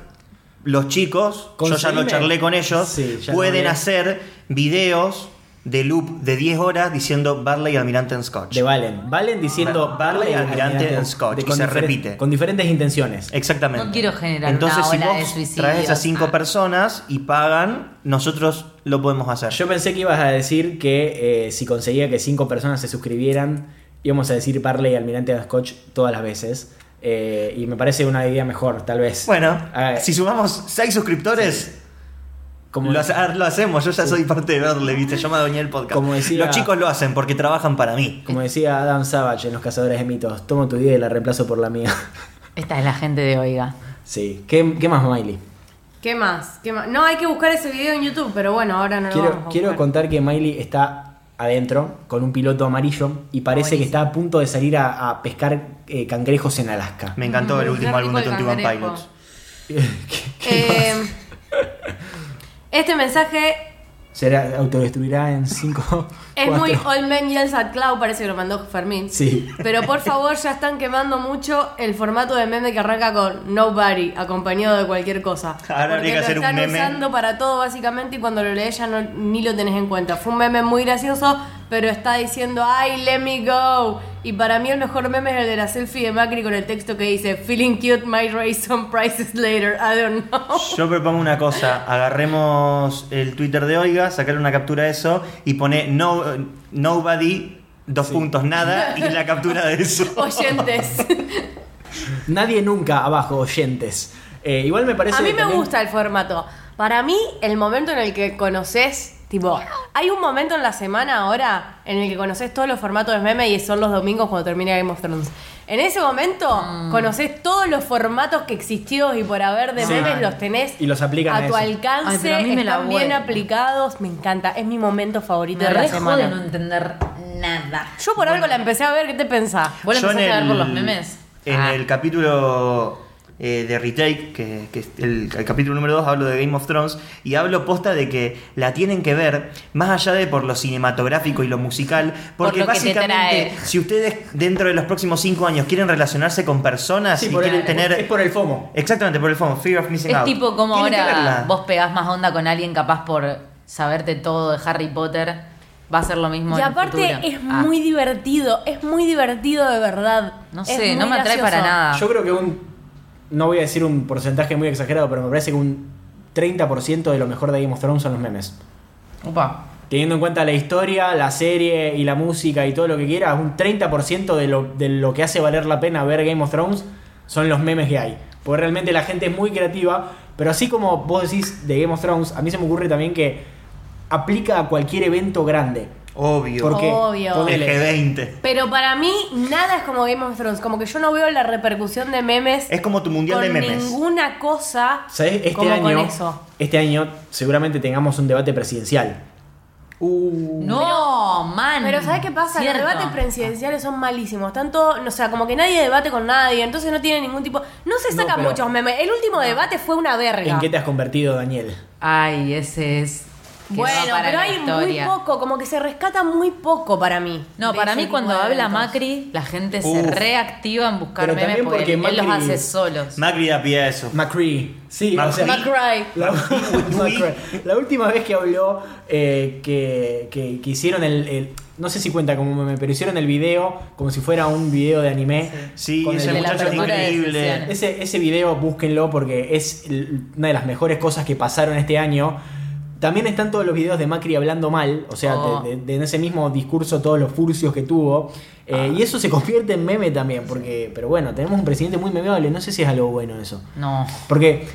Speaker 5: los chicos, yo ya
Speaker 4: Conseguime-
Speaker 5: lo charlé con ellos,
Speaker 4: Sí, ya lo
Speaker 5: pueden
Speaker 4: hablé.
Speaker 5: hacer videos de loop de 10 horas diciendo Barley Almirante en Scotch.
Speaker 4: De Valen. Valen diciendo
Speaker 5: Ba- Barley, Almirante and Scotch, y
Speaker 4: con
Speaker 5: se
Speaker 4: diferen-
Speaker 5: repite.
Speaker 4: Con diferentes intenciones.
Speaker 5: Exactamente.
Speaker 2: No quiero generar
Speaker 5: Entonces,
Speaker 2: una
Speaker 5: si
Speaker 2: ola de
Speaker 5: vos
Speaker 2: suicidios.
Speaker 5: traes a cinco
Speaker 2: Ah.
Speaker 5: personas y pagan, nosotros lo podemos hacer.
Speaker 4: Yo pensé que ibas a decir que eh, si conseguía que cinco personas se suscribieran, íbamos a decir Barley y Almirante de Scotch todas las veces. Eh, y me parece una idea mejor, tal vez.
Speaker 5: bueno,
Speaker 4: Ah,
Speaker 5: si sumamos seis suscriptores,
Speaker 4: como
Speaker 5: lo, hace- ah, lo hacemos. Yo ya soy parte de verle, viste. Yo me adueñé el podcast.
Speaker 4: Como decía-
Speaker 5: Los chicos lo hacen porque trabajan para mí.
Speaker 4: Como decía Adam Savage en Los Cazadores de Mitos, tomo tu idea y la reemplazo por la mía.
Speaker 2: Esta es la gente de Oiga.
Speaker 4: Sí. ¿Qué, qué más, Miley?
Speaker 3: ¿Qué más? ¿Qué más? No, hay que buscar ese video en YouTube, pero bueno, ahora no lo
Speaker 4: Quiero,
Speaker 3: vamos a
Speaker 4: quiero
Speaker 3: buscar.
Speaker 4: contar que Miley está adentro con un piloto amarillo y parece que está a punto de salir a, a pescar eh, cangrejos en Alaska.
Speaker 5: Me encantó el
Speaker 3: Mm,
Speaker 5: último
Speaker 3: qué
Speaker 5: álbum de
Speaker 3: rico el
Speaker 5: 21
Speaker 3: cangrejo.
Speaker 5: Pilots.
Speaker 3: Eh, este mensaje
Speaker 4: Será autodestruirá en 5
Speaker 3: es muy Old Man Yells at Cloud, parece que lo mandó Fermín.
Speaker 4: Sí.
Speaker 3: Pero por favor, ya están quemando mucho el formato de meme que arranca con Nobody, acompañado de cualquier cosa.
Speaker 5: Ahora habría
Speaker 3: Porque
Speaker 5: que
Speaker 3: lo
Speaker 5: hacer un
Speaker 3: están
Speaker 5: meme.
Speaker 3: usando para todo, básicamente, y cuando lo lees ya no, ni lo tenés en cuenta. Fue un meme muy gracioso, pero está diciendo, ¡ay, let me go! Y para mí el mejor meme es el de la selfie de Macri con el texto que dice, Feeling cute, my raise some prices later, I don't know.
Speaker 5: Yo propongo una cosa, agarremos el Twitter de Oiga, sacar una captura de eso y pone no, nobody, dos puntos, nada, y la captura de eso.
Speaker 3: Oyentes.
Speaker 4: Nadie nunca abajo, oyentes. Eh, igual me parece
Speaker 3: A mí
Speaker 4: que
Speaker 3: me
Speaker 4: también-
Speaker 3: gusta el formato. Para mí, el momento en el que conoces, tipo, hay un momento en la semana ahora en el que conoces todos los formatos de meme y son los domingos cuando termina Game of Thrones. En ese momento,
Speaker 4: Mm.
Speaker 3: conoces todos los formatos que existidos y por haber de
Speaker 4: Sí.
Speaker 3: memes los tenés
Speaker 4: Y los aplican a
Speaker 3: a tu
Speaker 4: eso.
Speaker 2: Ay,
Speaker 3: alcance,
Speaker 2: pero a mí me la
Speaker 3: están bien
Speaker 2: vuelven.
Speaker 3: aplicados. Me encanta, es mi momento favorito
Speaker 2: Me
Speaker 3: de la
Speaker 2: re jode
Speaker 3: semana.
Speaker 2: no entender nada.
Speaker 3: Yo por algo la empecé a ver, ¿qué te pensás?
Speaker 2: ¿Vos lo
Speaker 5: Yo
Speaker 2: empezaste
Speaker 5: en
Speaker 2: a ver por
Speaker 5: el-
Speaker 2: los memes?
Speaker 5: En
Speaker 2: Ah.
Speaker 5: el capítulo eh, de Retake, que, que es el, el capítulo número 2, hablo de Game of Thrones, y hablo posta de que la tienen que ver, más allá de por lo cinematográfico y lo musical,
Speaker 2: Por
Speaker 5: porque
Speaker 2: lo que te
Speaker 5: básicamente,
Speaker 2: trae.
Speaker 5: si ustedes dentro de los próximos 5 años quieren relacionarse con personas
Speaker 4: Sí,
Speaker 5: y
Speaker 4: por
Speaker 5: quieren
Speaker 4: el-
Speaker 5: tener...
Speaker 4: es por el FOMO.
Speaker 5: Exactamente, por el fondo, Fear of Missing
Speaker 2: Es
Speaker 5: Out.
Speaker 2: tipo como
Speaker 5: Tienen que
Speaker 2: ahora
Speaker 5: verla.
Speaker 2: vos pegás más onda con alguien capaz por saberte todo de Harry Potter. Va a ser lo mismo.
Speaker 3: Y
Speaker 2: en el
Speaker 3: aparte
Speaker 2: futuro.
Speaker 3: es
Speaker 2: Ah.
Speaker 3: muy divertido, es muy divertido de verdad.
Speaker 2: No
Speaker 3: Es
Speaker 2: sé,
Speaker 3: muy
Speaker 2: no me atrae para
Speaker 3: gracioso.
Speaker 2: nada.
Speaker 4: Yo creo que un. No voy a decir un porcentaje muy exagerado, pero me parece que un 30% de lo mejor de Game of Thrones son los memes.
Speaker 2: Upa.
Speaker 4: Teniendo en cuenta la historia, la serie y la música y todo lo que quieras, un 30% de lo, de lo que hace valer la pena ver Game of Thrones son los memes que hay. Porque realmente la gente es muy creativa, pero así como vos decís de Game of Thrones, a mí se me ocurre también que aplica a cualquier evento grande.
Speaker 5: Obvio.
Speaker 4: Porque
Speaker 3: Obvio.
Speaker 5: el
Speaker 4: ponele,
Speaker 5: G20.
Speaker 3: Pero para mí nada es como Game of Thrones, como que yo no veo la repercusión de memes
Speaker 5: Es como tu mundial
Speaker 3: con
Speaker 5: de memes.
Speaker 3: ninguna cosa
Speaker 4: ¿sabés? Este
Speaker 3: como
Speaker 4: año,
Speaker 3: con eso.
Speaker 4: Este año seguramente tengamos un debate presidencial.
Speaker 5: Uh.
Speaker 2: No, man.
Speaker 3: Pero ¿sabes qué pasa?
Speaker 2: Cierto.
Speaker 3: Los debates presidenciales son malísimos. Tanto, o sea, como que nadie debate con nadie, entonces no tiene ningún tipo... No se
Speaker 4: No,
Speaker 3: sacan
Speaker 4: pero-
Speaker 3: muchos memes. El último debate fue una verga.
Speaker 4: ¿En qué te has convertido, Daniel?
Speaker 2: Ay, ese es. que va
Speaker 3: Bueno,
Speaker 2: para
Speaker 3: pero
Speaker 2: la
Speaker 3: hay
Speaker 2: historia.
Speaker 3: muy poco, como que se rescata muy poco para mí.
Speaker 2: No,
Speaker 3: de
Speaker 2: para
Speaker 3: ese
Speaker 2: mí
Speaker 3: tipo
Speaker 2: cuando
Speaker 3: de
Speaker 2: habla
Speaker 3: eventos.
Speaker 2: Macri, la gente se
Speaker 5: Uf.
Speaker 2: reactiva en buscar
Speaker 4: Pero
Speaker 2: memes
Speaker 4: también
Speaker 2: porque,
Speaker 4: porque
Speaker 2: él los
Speaker 4: Macri-
Speaker 2: hace solos.
Speaker 5: Macri da pie a eso.
Speaker 4: McCree. Sí,
Speaker 5: Macri.
Speaker 4: o sea,
Speaker 3: McRae.
Speaker 4: La,
Speaker 5: Uy, uy.
Speaker 4: la última vez que habló, eh, que, que- que hicieron el, el- No sé si cuenta como un meme, pero hicieron el video como si fuera un video de anime.
Speaker 5: Sí,
Speaker 4: con
Speaker 5: ese
Speaker 4: el-
Speaker 2: de la
Speaker 5: muchacho es
Speaker 2: apertura de
Speaker 5: increíble.
Speaker 2: sesiones.
Speaker 4: ese, ese video búsquenlo porque es el- una de las mejores cosas que pasaron este año. También están todos los videos de Macri hablando mal, o sea,
Speaker 2: Oh.
Speaker 4: de, de- de en ese mismo discurso todos los furcios que tuvo. Eh, Y eso se convierte en meme también, porque, pero bueno, tenemos un presidente muy memeable, no sé si es algo bueno eso.
Speaker 2: No.
Speaker 4: Porque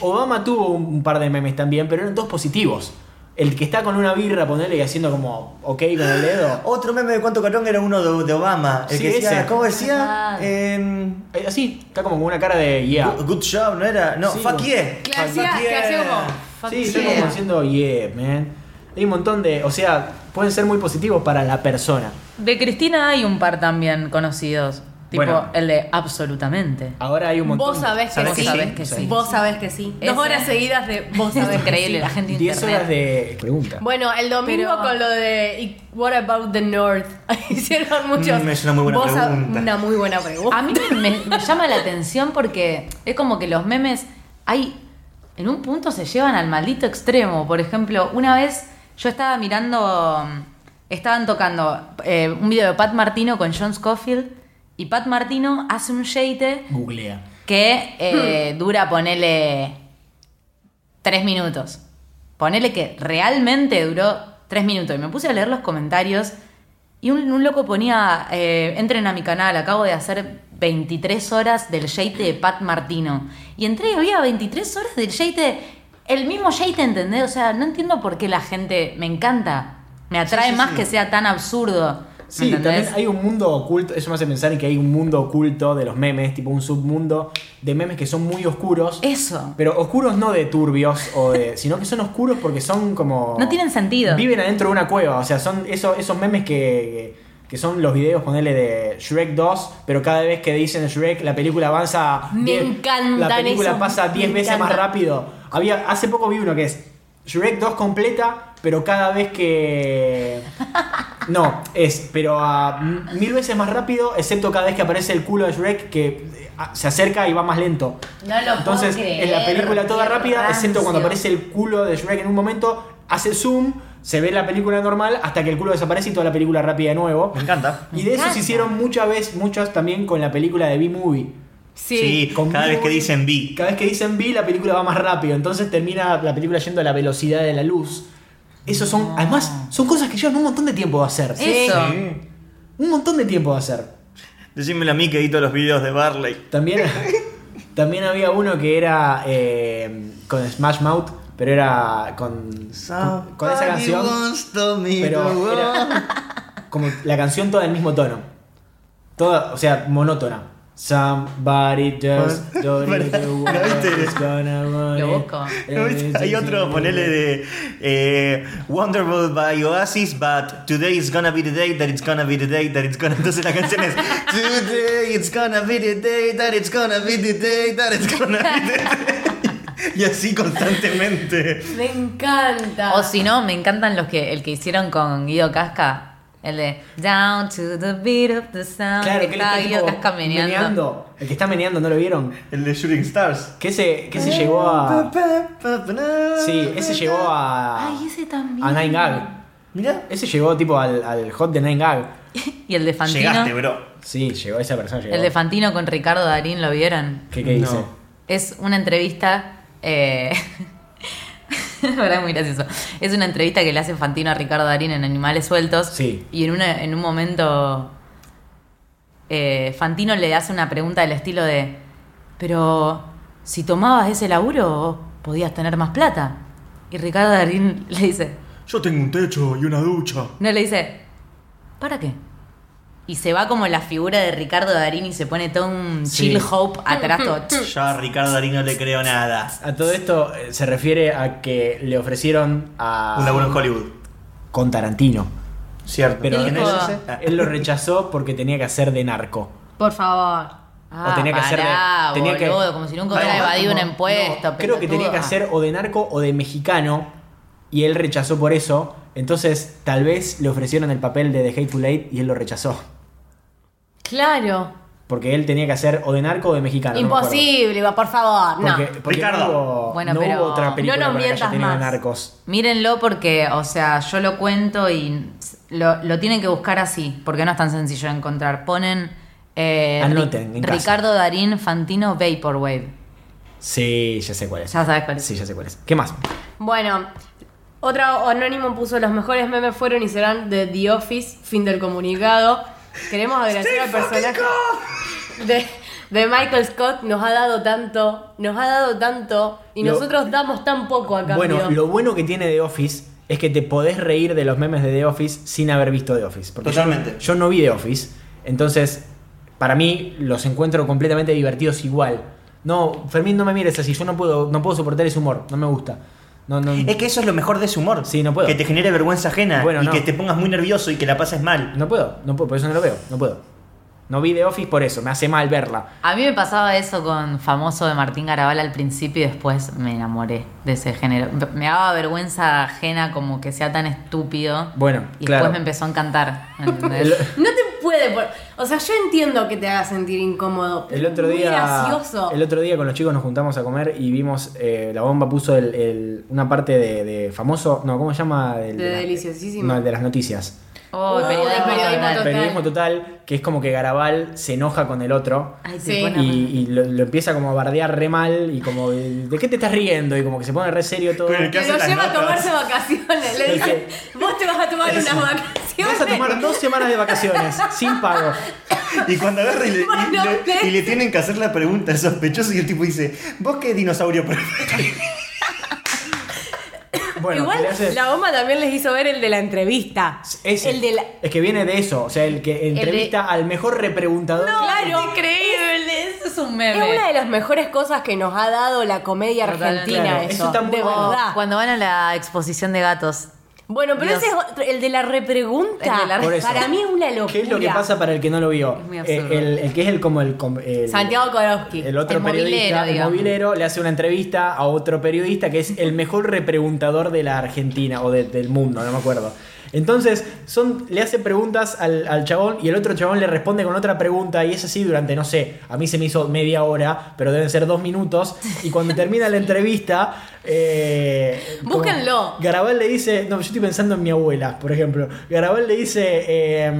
Speaker 4: Obama tuvo un un par de memes también, pero eran todos positivos. El que está con una birra, ponerle y haciendo como ok con el dedo.
Speaker 5: Otro meme de cuánto carón era uno de, de Obama. El
Speaker 4: Sí,
Speaker 5: que decía,
Speaker 4: ese.
Speaker 5: ¿cómo decía?
Speaker 2: Ah.
Speaker 5: Eh,
Speaker 4: Eh, Así, está como con una cara de yeah.
Speaker 5: good, good job, ¿no era? No,
Speaker 4: Sí,
Speaker 5: fuck
Speaker 4: no.
Speaker 5: yeah.
Speaker 3: Que
Speaker 5: Fuck
Speaker 3: hacía, que
Speaker 5: yeah.
Speaker 3: hacía como. fuck
Speaker 4: Sí,
Speaker 3: yeah.
Speaker 4: estoy como diciendo yeah, man. Hay un montón de. O sea, pueden ser muy positivos para la persona.
Speaker 2: De Cristina hay un par también conocidos. Tipo
Speaker 4: Bueno.
Speaker 2: el de absolutamente.
Speaker 4: Ahora hay un montón.
Speaker 3: Vos sabés que
Speaker 2: ¿Sabés
Speaker 3: sí.
Speaker 2: que sí? Sí.
Speaker 3: Vos sabés que sí.
Speaker 2: Ese-
Speaker 3: Dos horas seguidas de vos
Speaker 2: Es
Speaker 3: sabés que
Speaker 2: increíble
Speaker 3: sí.
Speaker 2: la gente de
Speaker 4: 10
Speaker 2: internet.
Speaker 4: horas de pregunta.
Speaker 3: Bueno, el domingo
Speaker 2: Pero-
Speaker 3: con lo de "Y What about the North? Hicieron muchos.
Speaker 5: Mm, es una muy buena
Speaker 3: Vos sab-
Speaker 5: pregunta.
Speaker 3: Una muy buena
Speaker 2: A
Speaker 3: pregunta.
Speaker 2: mí me, me llama la atención porque es como que los memes hay en un punto se llevan al maldito extremo. Por ejemplo, una vez yo estaba mirando, estaban tocando eh, un video de Pat Martino con John Scofield y Pat Martino hace un sheite
Speaker 4: Googlea.
Speaker 2: que eh, dura, ponele, tres minutos. Ponele que realmente duró tres minutos. Y me puse a leer los comentarios y un, un loco ponía, eh, entren a mi canal, acabo de hacer 23 horas del shate de Pat Martino. Y entré y había 23 horas del shate, el mismo shate, ¿entendés? O sea, no entiendo por qué la gente me encanta. Me atrae
Speaker 5: sí,
Speaker 2: más
Speaker 5: sí.
Speaker 2: que sea tan absurdo. ¿me
Speaker 4: Sí,
Speaker 2: entendés?
Speaker 4: también hay un mundo oculto. Eso me hace pensar en que hay un mundo oculto de los memes, tipo un submundo de memes que son muy oscuros.
Speaker 2: Eso.
Speaker 4: Pero oscuros no de turbios, o de, sino que son oscuros porque son como.
Speaker 2: No tienen sentido.
Speaker 4: Viven adentro de una cueva, o sea, son esos, esos memes que, que son los videos, ponele de Shrek 2, pero cada vez que dicen Shrek, la película avanza.
Speaker 3: Me
Speaker 4: diez-
Speaker 3: encantan
Speaker 4: La película
Speaker 3: esos,
Speaker 4: pasa 10
Speaker 3: me
Speaker 4: veces más
Speaker 3: encantan.
Speaker 4: rápido. Había, hace poco vi uno que es Shrek 2 completa, pero cada vez que. No, es, pero a mil veces más rápido, excepto cada vez que aparece el culo de Shrek que eh, a- se acerca y va más lento.
Speaker 2: No lo
Speaker 4: Entonces,
Speaker 2: puedo
Speaker 4: en la
Speaker 2: creer,
Speaker 4: película toda
Speaker 2: qué
Speaker 4: rápida, excepto cuando
Speaker 2: rancio.
Speaker 4: aparece el culo de Shrek en un momento, hace zoom, se ve la película normal hasta que el culo desaparece y toda la película rápida de nuevo.
Speaker 5: Me encanta.
Speaker 4: Y de eso
Speaker 2: encanta.
Speaker 4: se hicieron muchas veces, muchas también con la película de B-Movie.
Speaker 5: Sí,
Speaker 4: Con
Speaker 5: cada vez que
Speaker 4: B-Movie,
Speaker 5: dicen B.
Speaker 4: Cada vez que dicen B, la película va más rápido. Entonces termina la película yendo a la velocidad de la luz. Eso son, además, son cosas que llevan un montón de tiempo de hacer.
Speaker 2: Ah. Eso.
Speaker 4: Un montón de tiempo de hacer.
Speaker 5: Decímelo a mí que edito los videos de Barley.
Speaker 4: También, también había uno que era eh, con Smash Mouth, pero era con, con, con esa canción, pero era como la canción toda el mismo tono. Toda, o sea, monótona. Somebody just don't need to
Speaker 5: ¿No
Speaker 4: worry,
Speaker 5: viste?
Speaker 4: it's gonna run
Speaker 2: Lo
Speaker 4: it.
Speaker 2: busco.
Speaker 5: ¿No viste? Hay otro, ponele de eh, Wonderful by Oasis, but today is gonna be the day that it's gonna be the day that it's gonna. Entonces la canción es Today it's gonna be the day that it's gonna be the day that it's gonna be the day. Y así constantemente.
Speaker 3: Me encanta.
Speaker 2: O si no, me encantan los que el que hicieron con Guido Casca. El de Down to the beat of the sound.
Speaker 4: Claro,
Speaker 2: que
Speaker 4: que él
Speaker 2: está
Speaker 4: está
Speaker 2: Guido
Speaker 4: tipo
Speaker 2: Casca meneando.
Speaker 4: meneando. El que está meneando, ¿no lo vieron?
Speaker 5: El de Shooting Stars.
Speaker 4: Que se, que se llegó a... Sí, ese llegó a...
Speaker 2: Ay, ese también.
Speaker 4: A Nine Gag.
Speaker 5: Mira,
Speaker 4: Ese llegó tipo al, al hot de Nine Gag.
Speaker 2: Y el de Fantino.
Speaker 5: llegaste, bro.
Speaker 4: Sí, llegó esa persona. Llegó.
Speaker 2: el de Fantino con Ricardo Darín, ¿lo vieron?
Speaker 4: ¿Qué, qué dice?
Speaker 5: No.
Speaker 2: Es una entrevista. Eh... la verdad es muy gracioso. Es una entrevista que le hace Fantino a Ricardo Darín en Animales Sueltos.
Speaker 4: Sí.
Speaker 2: Y en, una, en un momento. eh, Fantino le hace una pregunta del estilo de. Pero. Si tomabas ese laburo, podías tener más plata. Y Ricardo Darín le dice.
Speaker 5: Yo tengo un techo y una ducha.
Speaker 2: No le dice. ¿Para qué? Y se va como la figura de Ricardo Darín y se pone todo un
Speaker 4: Sí.
Speaker 2: chill hope atrás todo.
Speaker 5: Yo a Ricardo Darín no le creo nada.
Speaker 4: A todo esto eh, se refiere a que le ofrecieron a.
Speaker 5: Un laburo en Hollywood.
Speaker 4: Con Tarantino.
Speaker 5: Cierto.
Speaker 4: Pero
Speaker 2: ¿Quién
Speaker 4: él,
Speaker 2: es
Speaker 4: él lo rechazó porque tenía que hacer de narco.
Speaker 3: Por favor.
Speaker 2: Ah,
Speaker 4: tenía que hacer de-
Speaker 2: pará,
Speaker 4: tenía que-
Speaker 2: boludo, como si nunca hubiera
Speaker 5: Vamos,
Speaker 2: evadido
Speaker 5: como-
Speaker 2: un impuesto.
Speaker 4: Creo que
Speaker 2: pelotudo.
Speaker 4: tenía que
Speaker 2: Ah.
Speaker 4: hacer o de narco o de mexicano. Y él rechazó por eso. Entonces, tal vez le ofrecieron el papel de The Hateful Eight y él lo rechazó.
Speaker 3: Claro.
Speaker 4: Porque él tenía que hacer o de narco o de mexicano. no me acuerdo.
Speaker 3: Imposible, va, por favor, no.
Speaker 4: Porque, porque
Speaker 5: Ricardo.
Speaker 4: No hubo,
Speaker 2: Bueno,
Speaker 4: no hubo
Speaker 2: pero
Speaker 4: otra
Speaker 2: no
Speaker 4: película
Speaker 3: nos
Speaker 4: con la que haya
Speaker 3: mientas
Speaker 4: tenido
Speaker 3: más.
Speaker 4: narcos.
Speaker 2: Mírenlo porque, o sea, yo lo cuento y lo, lo tienen que buscar así, porque no es tan sencillo de encontrar. Ponen eh,
Speaker 4: Anoten, en casa.
Speaker 2: Ricardo Darín Fantino Vaporwave.
Speaker 4: Sí, ya sé cuál es.
Speaker 2: Ya sabes cuál es.
Speaker 4: Sí, ya sé cuál es. ¿Qué más?
Speaker 3: Bueno, otro anónimo puso los mejores memes fueron y serán de The Office, fin del comunicado. Queremos agradecer al personaje de, de Michael Scott, nos ha dado tanto, nos ha dado tanto y
Speaker 4: Lo-
Speaker 3: nosotros damos tan poco a cambio.
Speaker 4: Bueno, lo bueno que tiene The Office es que te podés reír de los memes de The Office sin haber visto The Office. Porque yo-
Speaker 5: Totalmente.
Speaker 4: Yo no vi The Office, entonces para mí los encuentro completamente divertidos igual. No, Fermín, no me mires así, yo no puedo, no puedo soportar ese humor, no me gusta. No, no,
Speaker 5: Es que eso es lo mejor de su humor.
Speaker 4: Mm. Sí, no puedo.
Speaker 5: Que te genere vergüenza ajena
Speaker 4: Bueno,
Speaker 5: y
Speaker 4: no.
Speaker 5: que te pongas muy nervioso y que la pases mal.
Speaker 4: no puedo, no puedo, por eso no lo veo, no puedo. No vi The Office por eso, me hace mal verla.
Speaker 2: A mí me pasaba eso con Famoso de Martín Garabal al principio y después me enamoré de ese género. Me daba vergüenza ajena como que sea tan estúpido.
Speaker 4: Bueno,
Speaker 2: y
Speaker 4: claro.
Speaker 2: después me empezó a encantar. ¿entendés?
Speaker 3: No te puede. por- O sea, yo entiendo que te haga sentir incómodo. pero
Speaker 4: El otro
Speaker 3: es muy
Speaker 4: día.
Speaker 3: gracioso.
Speaker 4: El otro día con los chicos nos juntamos a comer y vimos. eh, la bomba puso el- el- una parte de, de famoso. No, ¿cómo se llama? El
Speaker 3: De
Speaker 4: las-
Speaker 3: Deliciosísimo.
Speaker 4: No, el de las noticias.
Speaker 2: Oh, el
Speaker 3: Uh,
Speaker 2: periodismo
Speaker 3: periodismo
Speaker 2: total.
Speaker 3: total.
Speaker 4: Periodismo total, que es como que Garabal se enoja con el otro.
Speaker 2: Ay, te
Speaker 3: Sí.
Speaker 2: pone
Speaker 4: Y, y lo, lo empieza como a bardear re mal y como, ¿de qué te estás riendo? Y como que se pone re serio todo.
Speaker 5: Pero el
Speaker 3: Que
Speaker 5: hace
Speaker 3: lo
Speaker 5: las
Speaker 3: lleva a
Speaker 5: notas?
Speaker 3: tomarse vacaciones. Le dice, vos te vas a tomar unas vacaciones.
Speaker 4: Vas a tomar dos semanas de vacaciones sin pago.
Speaker 5: Y cuando agarra y le, y
Speaker 3: Bueno,
Speaker 5: le-
Speaker 3: ¿qué?
Speaker 5: y le tienen que hacer la pregunta al sospechoso y el tipo dice, ¿vos qué dinosaurio preferís?
Speaker 4: Bueno,
Speaker 3: Igual
Speaker 4: le hace-
Speaker 3: la bomba también les hizo ver el de la entrevista.
Speaker 4: ese.
Speaker 3: El de la.
Speaker 4: Es que viene de eso. O sea, el que
Speaker 2: de-
Speaker 4: entrevista al mejor repreguntador.
Speaker 3: claro.
Speaker 2: Increíble, eso es un
Speaker 3: Es
Speaker 2: meme.
Speaker 3: una de las mejores cosas que nos ha dado la comedia
Speaker 2: Totalmente.
Speaker 3: argentina,
Speaker 4: Claro,
Speaker 3: eso.
Speaker 4: eso está muy
Speaker 3: de
Speaker 4: bueno.
Speaker 3: verdad.
Speaker 2: Cuando van a la exposición de gatos.
Speaker 3: Bueno, pero
Speaker 2: Dios.
Speaker 3: ese es otro- el de la repregunta.
Speaker 2: El de la-
Speaker 4: Por eso.
Speaker 3: Para mí es una locura.
Speaker 4: ¿Qué es lo que pasa para el que no lo vio?
Speaker 2: Es muy
Speaker 4: Eh,
Speaker 2: absurdo.
Speaker 4: el, el que es el como el, com- el-
Speaker 3: Santiago Korowski.
Speaker 4: el otro
Speaker 2: Eh, El movilero,
Speaker 4: periodista, el
Speaker 2: digamos.
Speaker 4: movilero, le hace una entrevista a otro periodista que es el mejor repreguntador de la Argentina o de- del mundo, no me acuerdo. Entonces, son, le hace preguntas al, al chabón y el otro chabón le responde con otra pregunta y es así durante, no sé, a mí se me hizo media hora, pero deben ser dos minutos. Y cuando termina la entrevista... eh, como-
Speaker 3: Búsquenlo.
Speaker 4: Garabal le dice, no, yo estoy pensando en mi abuela, por ejemplo. Garabal le dice, eh,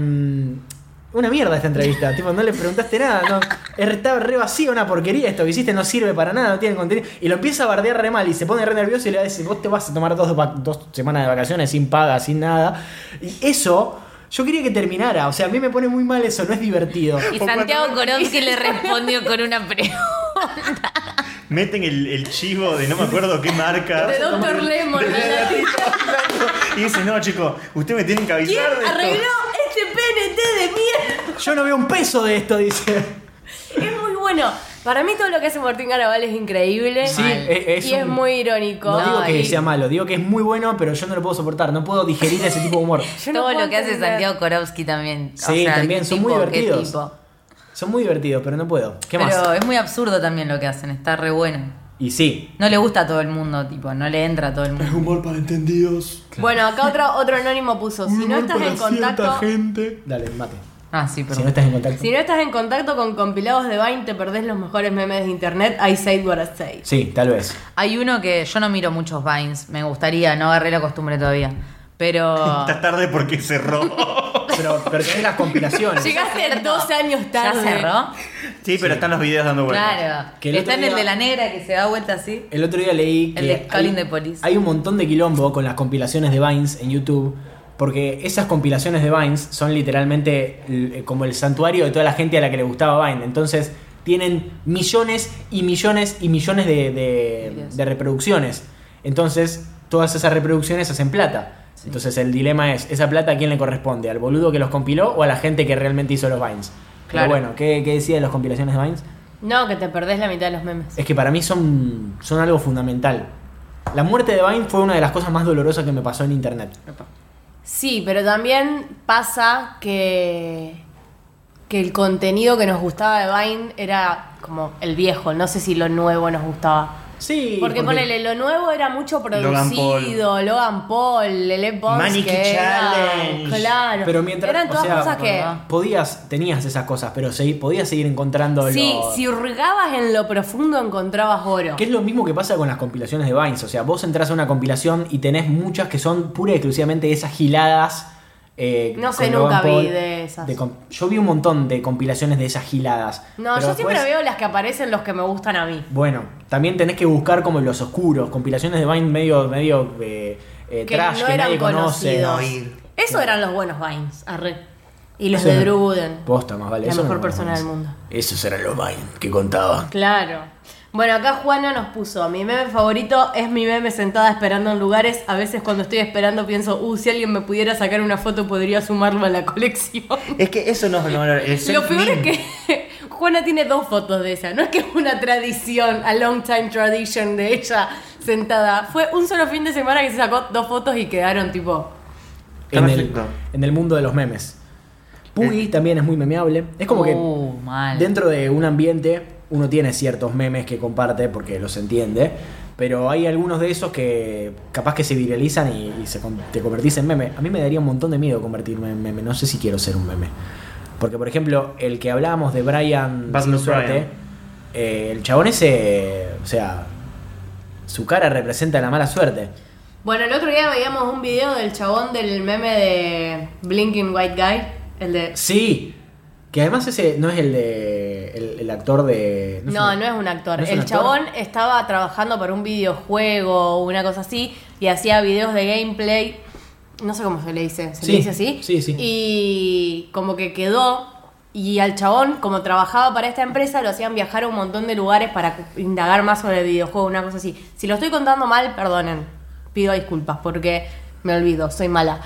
Speaker 4: una mierda esta entrevista, tipo, no le preguntaste nada, no, Es- está re vacío, una porquería esto que hiciste, no sirve para nada, no tiene contenido. Y lo empieza a bardear re mal y se pone re nervioso y le dice, vos te vas a tomar dos, va- dos semanas de vacaciones sin paga, sin nada. Y eso, yo quería que terminara, o sea, a mí me pone muy mal eso, no es divertido.
Speaker 2: Y
Speaker 5: O cuando-
Speaker 2: Santiago Korowski le respondió con una pregunta.
Speaker 5: Meten el, el chivo de no me acuerdo qué marca.
Speaker 3: De Dr. Lemon.
Speaker 5: De-
Speaker 3: ¿no?
Speaker 5: y dice, no, chico, usted me tienen que
Speaker 3: ¿Quién
Speaker 5: avisar de esto".
Speaker 3: arregló este PNT de mierda?
Speaker 4: Yo no veo un peso de esto, dice.
Speaker 3: Es muy bueno. Para mí todo lo que hace Martín Garabal es increíble.
Speaker 4: Sí, eh,
Speaker 2: Mal.
Speaker 4: es, es
Speaker 3: y es
Speaker 4: un-
Speaker 3: muy irónico.
Speaker 4: No digo que
Speaker 3: Y-
Speaker 4: sea malo, digo que es muy bueno, pero yo no lo puedo soportar, no puedo digerir ese tipo de humor.
Speaker 3: Yo no
Speaker 2: Todo
Speaker 3: puedo
Speaker 2: lo que hace
Speaker 3: entender.
Speaker 2: Santiago Korowski también.
Speaker 4: Sí, también,
Speaker 2: ¿qué
Speaker 4: son muy
Speaker 2: tipo, qué
Speaker 4: divertidos.
Speaker 2: tipo?
Speaker 4: Son muy divertidos, pero no puedo. ¿Qué
Speaker 2: Pero
Speaker 4: más?
Speaker 2: es muy absurdo también lo que hacen, está re bueno.
Speaker 4: Y sí.
Speaker 2: No le gusta a todo el mundo, tipo, no le entra a todo el mundo.
Speaker 5: humor para entendidos.
Speaker 3: Bueno, acá otro, otro anónimo puso, si no estás en contacto...
Speaker 5: gente.
Speaker 4: Dale, mate.
Speaker 2: Ah, sí,
Speaker 4: Si no
Speaker 2: perdón.
Speaker 4: estás en contacto.
Speaker 3: Si no estás en contacto con compilados de Vine, te perdés los mejores memes de internet. I said what I say.
Speaker 4: Sí, tal vez.
Speaker 2: Hay uno que yo no miro muchos Vines, me gustaría, no agarré la costumbre todavía. Pero.
Speaker 5: Estás tarde porque cerró.
Speaker 4: Pero, pero tenés las compilaciones.
Speaker 3: Llegaste dos años
Speaker 2: ¿Ya
Speaker 3: tarde.
Speaker 2: cerró?
Speaker 5: Sí, pero están los videos dando vueltas.
Speaker 2: Claro.
Speaker 4: Que el
Speaker 2: Está
Speaker 4: otro
Speaker 2: en el
Speaker 4: día-
Speaker 2: de la negra que se da vuelta así.
Speaker 4: El otro día leí que
Speaker 2: El de Calling
Speaker 4: hay,
Speaker 2: the Police.
Speaker 4: hay un montón de quilombo con las compilaciones de Vines en YouTube. Porque esas compilaciones de Vines son literalmente l- eh, como el santuario de toda la gente a la que le gustaba Vine. Entonces tienen millones y millones y millones de, de- de reproducciones. Entonces todas esas reproducciones hacen plata. Entonces el dilema es, ¿esa plata a quién le corresponde? ¿Al boludo que los compiló o a la gente que realmente hizo los Vines? Pero
Speaker 2: Claro.
Speaker 4: bueno, ¿qué, ¿qué decía de las compilaciones de Vines?
Speaker 3: No, que te perdés la mitad de los memes.
Speaker 4: Es que para mí son, son algo fundamental. La muerte de Vine fue una de las cosas más dolorosas que me pasó en internet.
Speaker 3: Sí, pero también pasa que, que el contenido que nos gustaba de Vine era como el viejo, no sé si lo nuevo nos gustaba.
Speaker 4: Sí,
Speaker 3: Porque ponele, lo nuevo era mucho
Speaker 6: Logan Paul.
Speaker 3: producido, Logan Paul, Lele Pons,
Speaker 6: Maniquí
Speaker 3: que era-
Speaker 6: Challenge.
Speaker 3: claro.
Speaker 4: Pero mientras.
Speaker 3: Eran
Speaker 4: o
Speaker 3: todas
Speaker 4: sea,
Speaker 3: cosas que...
Speaker 4: Podías, tenías esas cosas, pero segui- podías seguir encontrando
Speaker 3: Sí,
Speaker 4: lo-
Speaker 3: si hurgabas en lo profundo encontrabas oro.
Speaker 4: Que es lo mismo que pasa con las compilaciones de Vines. O sea, vos entras a una compilación y tenés muchas que son pura y exclusivamente esas giladas. eh,
Speaker 3: No sé,
Speaker 4: con Logan
Speaker 3: nunca vi
Speaker 4: Paul,
Speaker 3: de esas.
Speaker 4: com- yo vi un montón de compilaciones de esas giladas.
Speaker 3: No,
Speaker 4: Pero
Speaker 3: yo siempre
Speaker 4: después-
Speaker 3: veo las que aparecen los que me gustan a mí.
Speaker 4: Bueno, también tenés que buscar como los oscuros, compilaciones de Vine medio, medio eh, eh,
Speaker 3: Que
Speaker 4: trash
Speaker 3: no
Speaker 4: que
Speaker 3: eran
Speaker 4: nadie conoce.
Speaker 3: conocidos.
Speaker 6: No ir.
Speaker 3: Eso eran los buenos Vines, arre. Y los
Speaker 4: Eso
Speaker 3: de
Speaker 4: era-
Speaker 3: Drew Gooden.
Speaker 4: Posta, más vale.
Speaker 3: La
Speaker 4: eso
Speaker 3: mejor
Speaker 4: no-
Speaker 3: persona del mundo.
Speaker 4: Esos eran los Vine que contaba.
Speaker 3: Claro. Bueno, acá Juana nos puso, mi meme favorito es mi meme sentada esperando en lugares. A veces cuando estoy esperando pienso, uh, si alguien me pudiera sacar una foto podría sumarlo a la colección.
Speaker 6: Es que eso no, no, no, el
Speaker 3: Lo peor es
Speaker 6: self-meme.
Speaker 3: que Juana tiene dos fotos de esa. No es que es una tradición, a long time tradition de ella sentada. Fue un solo fin de semana que se sacó dos fotos y quedaron tipo.
Speaker 6: Está
Speaker 4: En el,
Speaker 6: perfecto.
Speaker 4: en el mundo de los memes. Puggy también es muy memeable. Es como que
Speaker 2: Uh, mal.
Speaker 4: Dentro de un ambiente, uno tiene ciertos memes que comparte porque los entiende, pero hay algunos de esos que capaz que se viralizan y, y se con- te convertís en meme. A mí me daría un montón de miedo convertirme en meme, no sé si quiero ser un meme. Porque, por ejemplo, el que hablábamos de Brian,
Speaker 6: Bad
Speaker 4: sin
Speaker 6: News
Speaker 4: suerte,
Speaker 6: Brian.
Speaker 4: eh, el chabón ese, o sea, su cara representa la mala suerte.
Speaker 3: Bueno, el otro día veíamos un video del chabón del meme de Blinking White Guy. El de.
Speaker 4: Sí, que además ese no es el de. el, el actor de.
Speaker 3: No,
Speaker 4: sé-
Speaker 3: no es un actor.
Speaker 4: ¿No es
Speaker 3: el
Speaker 4: un actor?
Speaker 3: chabón estaba trabajando para un videojuego o una cosa así y hacía videos de gameplay. No sé cómo se le dice. ¿Se
Speaker 4: Sí,
Speaker 3: le dice así?
Speaker 4: sí, sí.
Speaker 3: Y como que quedó. Y al chabón, como trabajaba para esta empresa, lo hacían viajar a un montón de lugares para indagar más sobre el videojuego, una cosa así. Si lo estoy contando mal, perdonen. Pido disculpas porque me olvido, soy mala.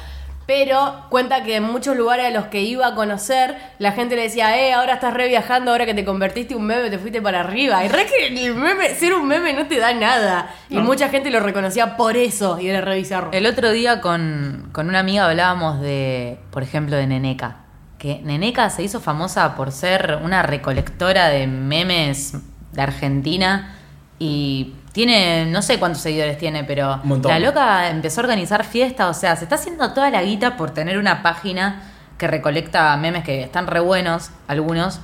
Speaker 3: Pero cuenta que en muchos lugares a los que iba a conocer, la gente le decía, eh, ahora estás re viajando, ahora que te convertiste en un meme, te fuiste para arriba. Y re que el meme, ser un meme no te da nada. Y mucha gente lo reconocía por eso y era re bizarro.
Speaker 2: El otro día con, con una amiga hablábamos de, por ejemplo, de Neneca. Que Neneca se hizo famosa por ser una recolectora de memes de Argentina y tiene, no sé cuántos seguidores tiene, pero
Speaker 4: Un montón.
Speaker 2: la loca empezó a organizar fiestas, o sea, se está haciendo toda la guita por tener una página que recolecta memes que están re buenos, algunos,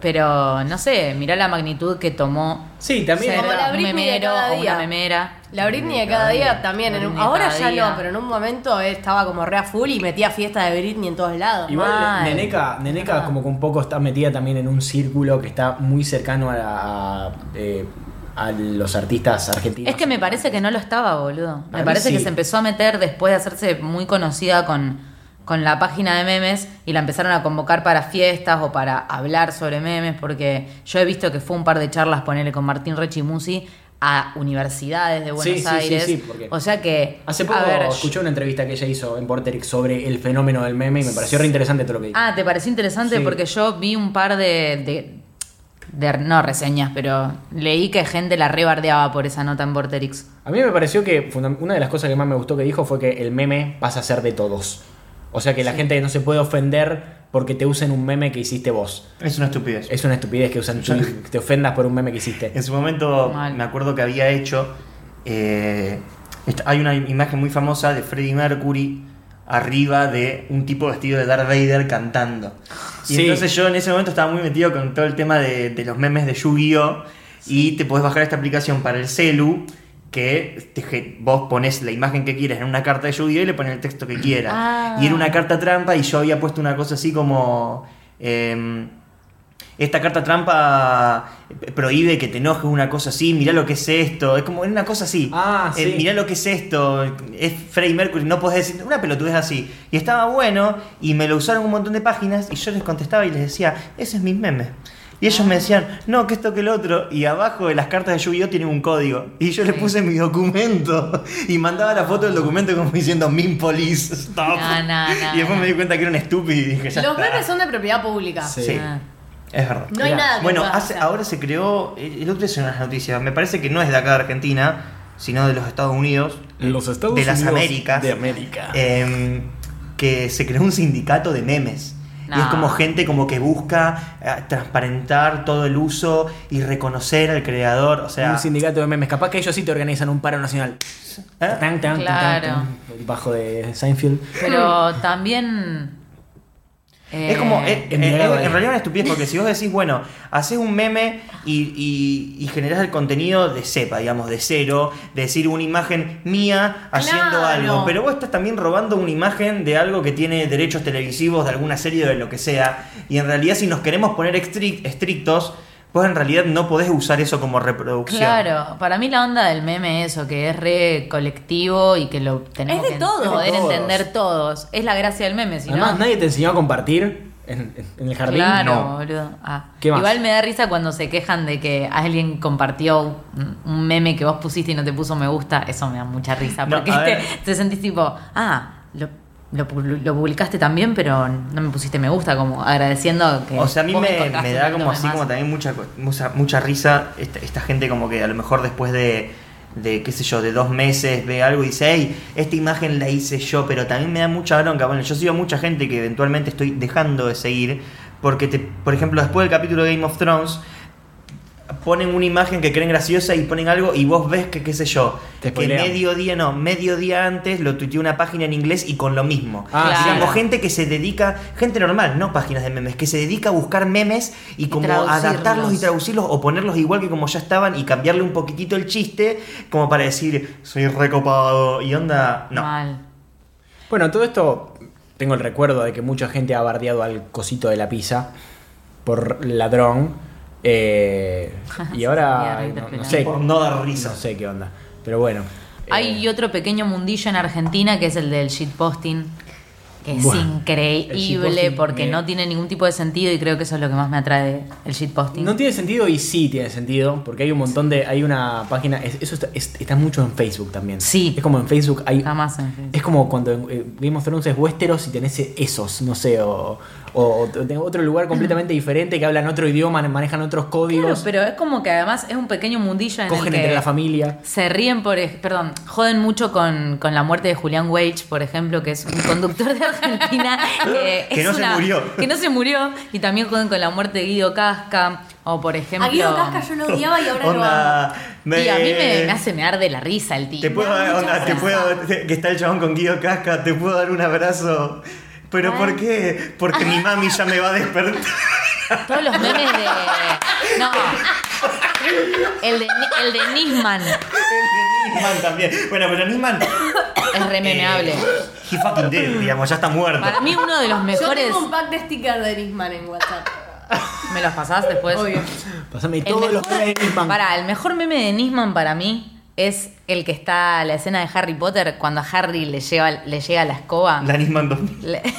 Speaker 2: pero no sé, mirá la magnitud que tomó
Speaker 4: Sí, también.
Speaker 2: ser
Speaker 3: Como la
Speaker 2: un
Speaker 3: Britney de
Speaker 2: memero
Speaker 3: cada
Speaker 2: o una
Speaker 3: día.
Speaker 2: memera.
Speaker 3: La Britney de cada día también. en un-
Speaker 2: Britney de
Speaker 3: ahora
Speaker 2: cada
Speaker 3: ya
Speaker 2: día.
Speaker 3: no, pero en un momento estaba como re a full y metía fiesta de Britney en todos lados.
Speaker 4: Igual
Speaker 2: Mal.
Speaker 4: Neneca, Neneca como que un poco está metida también en un círculo que está muy cercano a, la- a, eh, a los artistas argentinos.
Speaker 2: Es que me parece que no lo estaba, boludo.
Speaker 4: A mí
Speaker 2: Me parece
Speaker 4: sí.
Speaker 2: que se empezó a meter después de hacerse muy conocida con, con la página de memes y la empezaron a convocar para fiestas o para hablar sobre memes, porque yo he visto que fue un par de charlas, ponerle con Martín Rechimusi a universidades de Buenos
Speaker 4: Sí, sí, sí,
Speaker 2: Aires.
Speaker 4: sí, porque-
Speaker 2: o sea que.
Speaker 4: Hace poco
Speaker 2: a ver,
Speaker 4: escuché una entrevista que ella hizo en Vorterix sobre el fenómeno del meme y me pareció re interesante todo lo que dijo.
Speaker 2: Ah, ¿te pareció interesante?
Speaker 4: Sí.
Speaker 2: Porque yo vi un par de, de, de- No reseñas, pero leí que gente la rebardeaba por esa nota en Vorterix.
Speaker 4: A mí me pareció que funda- una de las cosas que más me gustó que dijo fue que el meme pasa a ser de todos. O sea que la gente no se puede ofender porque te usen un meme que hiciste vos.
Speaker 6: Es una estupidez.
Speaker 4: Es una estupidez que usan tu- que te ofendas por un meme que hiciste.
Speaker 6: En su momento
Speaker 2: Mal.
Speaker 6: me acuerdo que había hecho. eh, esta- hay una imagen muy famosa de Freddie Mercury arriba de un tipo vestido de Darth Vader cantando. Y
Speaker 4: Sí.
Speaker 6: entonces yo en ese momento estaba muy metido con todo el tema de, de los memes de Yu-Gi-Oh! Y te podés bajar esta aplicación para el celu que te ge- vos pones la imagen que quieras en una carta de Yu-Gi-Oh! y le pones el texto que quieras.
Speaker 2: Ah.
Speaker 6: Y era una carta trampa y yo había puesto una cosa así como... em, esta carta trampa prohíbe que te enojes una cosa así, mirá lo que es esto, es como una cosa así.
Speaker 4: Ah,
Speaker 6: Eh,
Speaker 4: sí.
Speaker 6: mirá lo que es esto, es Freddie Mercury, no podés decir una pelotudez así. Y estaba bueno y me lo usaron un montón de páginas y yo les contestaba y les decía, ese es mi meme. Y ellos me decían, no, que esto que el otro. Y abajo de las cartas de Yu-Gi-Oh! tienen un código. Y yo les puse mi documento. Y mandaba la foto del documento como diciendo, Min Police, stop.
Speaker 2: No, no, no,
Speaker 6: y
Speaker 2: no.
Speaker 6: después me di cuenta que era un estúpido y dije, ya
Speaker 3: Los
Speaker 6: está".
Speaker 3: memes son de propiedad pública.
Speaker 4: Sí.
Speaker 6: Sí,
Speaker 2: Ah.
Speaker 6: es verdad.
Speaker 3: No hay
Speaker 4: Claro.
Speaker 3: nada que
Speaker 6: Bueno,
Speaker 3: puedas
Speaker 6: hace-
Speaker 3: hacer.
Speaker 6: ahora se creó, el el otro día en las noticias, me parece que no es de acá de Argentina, sino de los Estados Unidos,
Speaker 4: Los Estados
Speaker 6: de las
Speaker 4: Unidos Eh,
Speaker 6: Américas,
Speaker 4: de América.
Speaker 6: em, que se creó un sindicato de memes. Y es
Speaker 2: No.
Speaker 6: como gente como que busca eh, transparentar todo el uso y reconocer al creador. O sea,
Speaker 4: un sindicato de memes. Capaz que ellos sí te organizan un paro nacional.
Speaker 6: ¿eh?
Speaker 4: Tan, tan, tan,
Speaker 2: Claro.
Speaker 4: tan, tan. El bajo de Seinfeld.
Speaker 2: Pero también. eh,
Speaker 6: Es como, eh, eh, eh,
Speaker 4: embriagado de-
Speaker 6: en realidad es una estupidez, porque si vos decís, bueno, haces un meme y, y- y generás el contenido de cepa, digamos, de cero, de decir una imagen mía haciendo
Speaker 3: Claro.
Speaker 6: algo, pero vos estás también robando una imagen de algo que tiene derechos televisivos, de alguna serie o de lo que sea, y en realidad si nos queremos poner estric- estrictos, vos en realidad no podés usar eso como reproducción.
Speaker 2: Claro, para mí la onda del meme es eso, que es re colectivo y que lo tenemos
Speaker 3: Es de
Speaker 2: que
Speaker 3: todos.
Speaker 2: poder
Speaker 4: Es de todos.
Speaker 2: entender todos. Es la gracia del meme, si no.
Speaker 4: Además, nadie te enseñó a compartir en, en- en el jardín.
Speaker 2: Claro,
Speaker 4: No.
Speaker 2: boludo. Ah.
Speaker 4: ¿Qué más?
Speaker 2: Igual me da risa cuando se quejan de que alguien compartió un- un meme que vos pusiste y no te puso me gusta. Eso me da mucha risa.
Speaker 6: No,
Speaker 2: Porque
Speaker 6: a
Speaker 2: te,
Speaker 6: ver.
Speaker 2: te sentís tipo, ah, lo, lo pu- lo publicaste también, pero no me pusiste me gusta, como agradeciendo que.
Speaker 6: O sea, a mí
Speaker 2: vos
Speaker 6: me,
Speaker 2: encontraste
Speaker 6: me
Speaker 2: un
Speaker 6: da
Speaker 2: método
Speaker 6: como así,
Speaker 2: más.
Speaker 6: como también mucha, co- mucha, mucha risa esta, esta gente como que a lo mejor después de, de, qué sé yo, de dos meses ve algo y dice, hey, esta imagen la hice yo, pero también me da mucha bronca. Bueno, yo sigo a mucha gente que eventualmente estoy dejando de seguir, porque, te, por ejemplo, después del capítulo de Game of Thrones, ponen una imagen que creen graciosa y ponen algo y vos ves que, qué sé yo,
Speaker 4: Te
Speaker 6: que
Speaker 4: spoilean.
Speaker 6: medio día, no, medio día antes lo tuiteó una página en inglés y con lo mismo.
Speaker 4: Ah,
Speaker 2: Claro.
Speaker 6: Digamos, gente que se dedica, gente normal, no páginas de memes, que se dedica a buscar memes y como
Speaker 2: traducirlos.
Speaker 6: adaptarlos y traducirlos o ponerlos igual que como ya estaban y cambiarle un poquitito el chiste como para decir, soy recopado y onda, no.
Speaker 2: Mal.
Speaker 4: Bueno, todo esto tengo el recuerdo de que mucha gente ha bardeado al cosito de la pizza por ladrón. eh, y ahora
Speaker 2: Sería
Speaker 4: no, no
Speaker 2: reinterpelado.
Speaker 4: sé,
Speaker 6: Por no dar risa.
Speaker 4: no sé qué onda. Pero bueno. eh,
Speaker 2: Hay otro pequeño mundillo en Argentina que es el del shitposting, que es
Speaker 4: Buah, el
Speaker 2: increíble
Speaker 4: shitposting
Speaker 2: porque
Speaker 4: me-
Speaker 2: no tiene ningún tipo de sentido y creo que eso es lo que más me atrae el shitposting.
Speaker 4: No tiene sentido y sí tiene sentido, porque hay un montón de. Hay una página. es- Eso está, es- está mucho en Facebook también.
Speaker 2: Sí.
Speaker 4: Es como en Facebook hay.
Speaker 2: Jamás en Facebook.
Speaker 4: Es como cuando eh, Game of Thrones es Westeros y tenés esos, no sé, o, o, o tenés otro lugar completamente diferente que hablan otro idioma, manejan otros
Speaker 2: Claro,
Speaker 4: códigos,
Speaker 2: pero es como que además es un pequeño mundillo en el
Speaker 4: cogen
Speaker 2: que
Speaker 4: entre la familia.
Speaker 2: se ríen por, ej- perdón, joden mucho con, con la muerte de Julián Weich, por ejemplo, que es un conductor de Argentina que,
Speaker 6: Que
Speaker 2: es
Speaker 6: no se
Speaker 2: una-
Speaker 6: murió.
Speaker 2: que no se murió y también joden con la muerte de Guido Casca o por ejemplo
Speaker 3: A Ah, Guido Casca yo lo odiaba y ahora lo amo.
Speaker 6: Onda,
Speaker 2: y a mí me, me hace me arde la risa el tipo.
Speaker 6: Te puedo,
Speaker 3: da
Speaker 6: dar-
Speaker 3: mucha
Speaker 6: onda, te
Speaker 3: risa.
Speaker 6: puedo, te- que está el chabón con Guido Casca, te puedo dar un abrazo. Pero ¿por qué? Porque mi mami ya me va a despertar.
Speaker 2: Todos los memes de. No. El de, Ni- el de Nisman
Speaker 6: Nisman también. Bueno, pero Nisman.
Speaker 2: es rememeable.
Speaker 6: eh, he fucking dead, digamos, ya está muerto.
Speaker 2: Para mí, uno de los
Speaker 3: Yo
Speaker 2: mejores.
Speaker 3: tengo un pack de stickers de Nisman en WhatsApp.
Speaker 2: ¿Me los pasás después?
Speaker 3: Obvio.
Speaker 4: Pásame
Speaker 2: El
Speaker 4: todos los
Speaker 2: mejor-
Speaker 4: planes de Nisman.
Speaker 2: Pará, el mejor meme de Nisman para mí es el que está la escena de Harry Potter cuando a Harry le, lleva, le llega la escoba.
Speaker 6: La Nisman 2000.
Speaker 2: Le-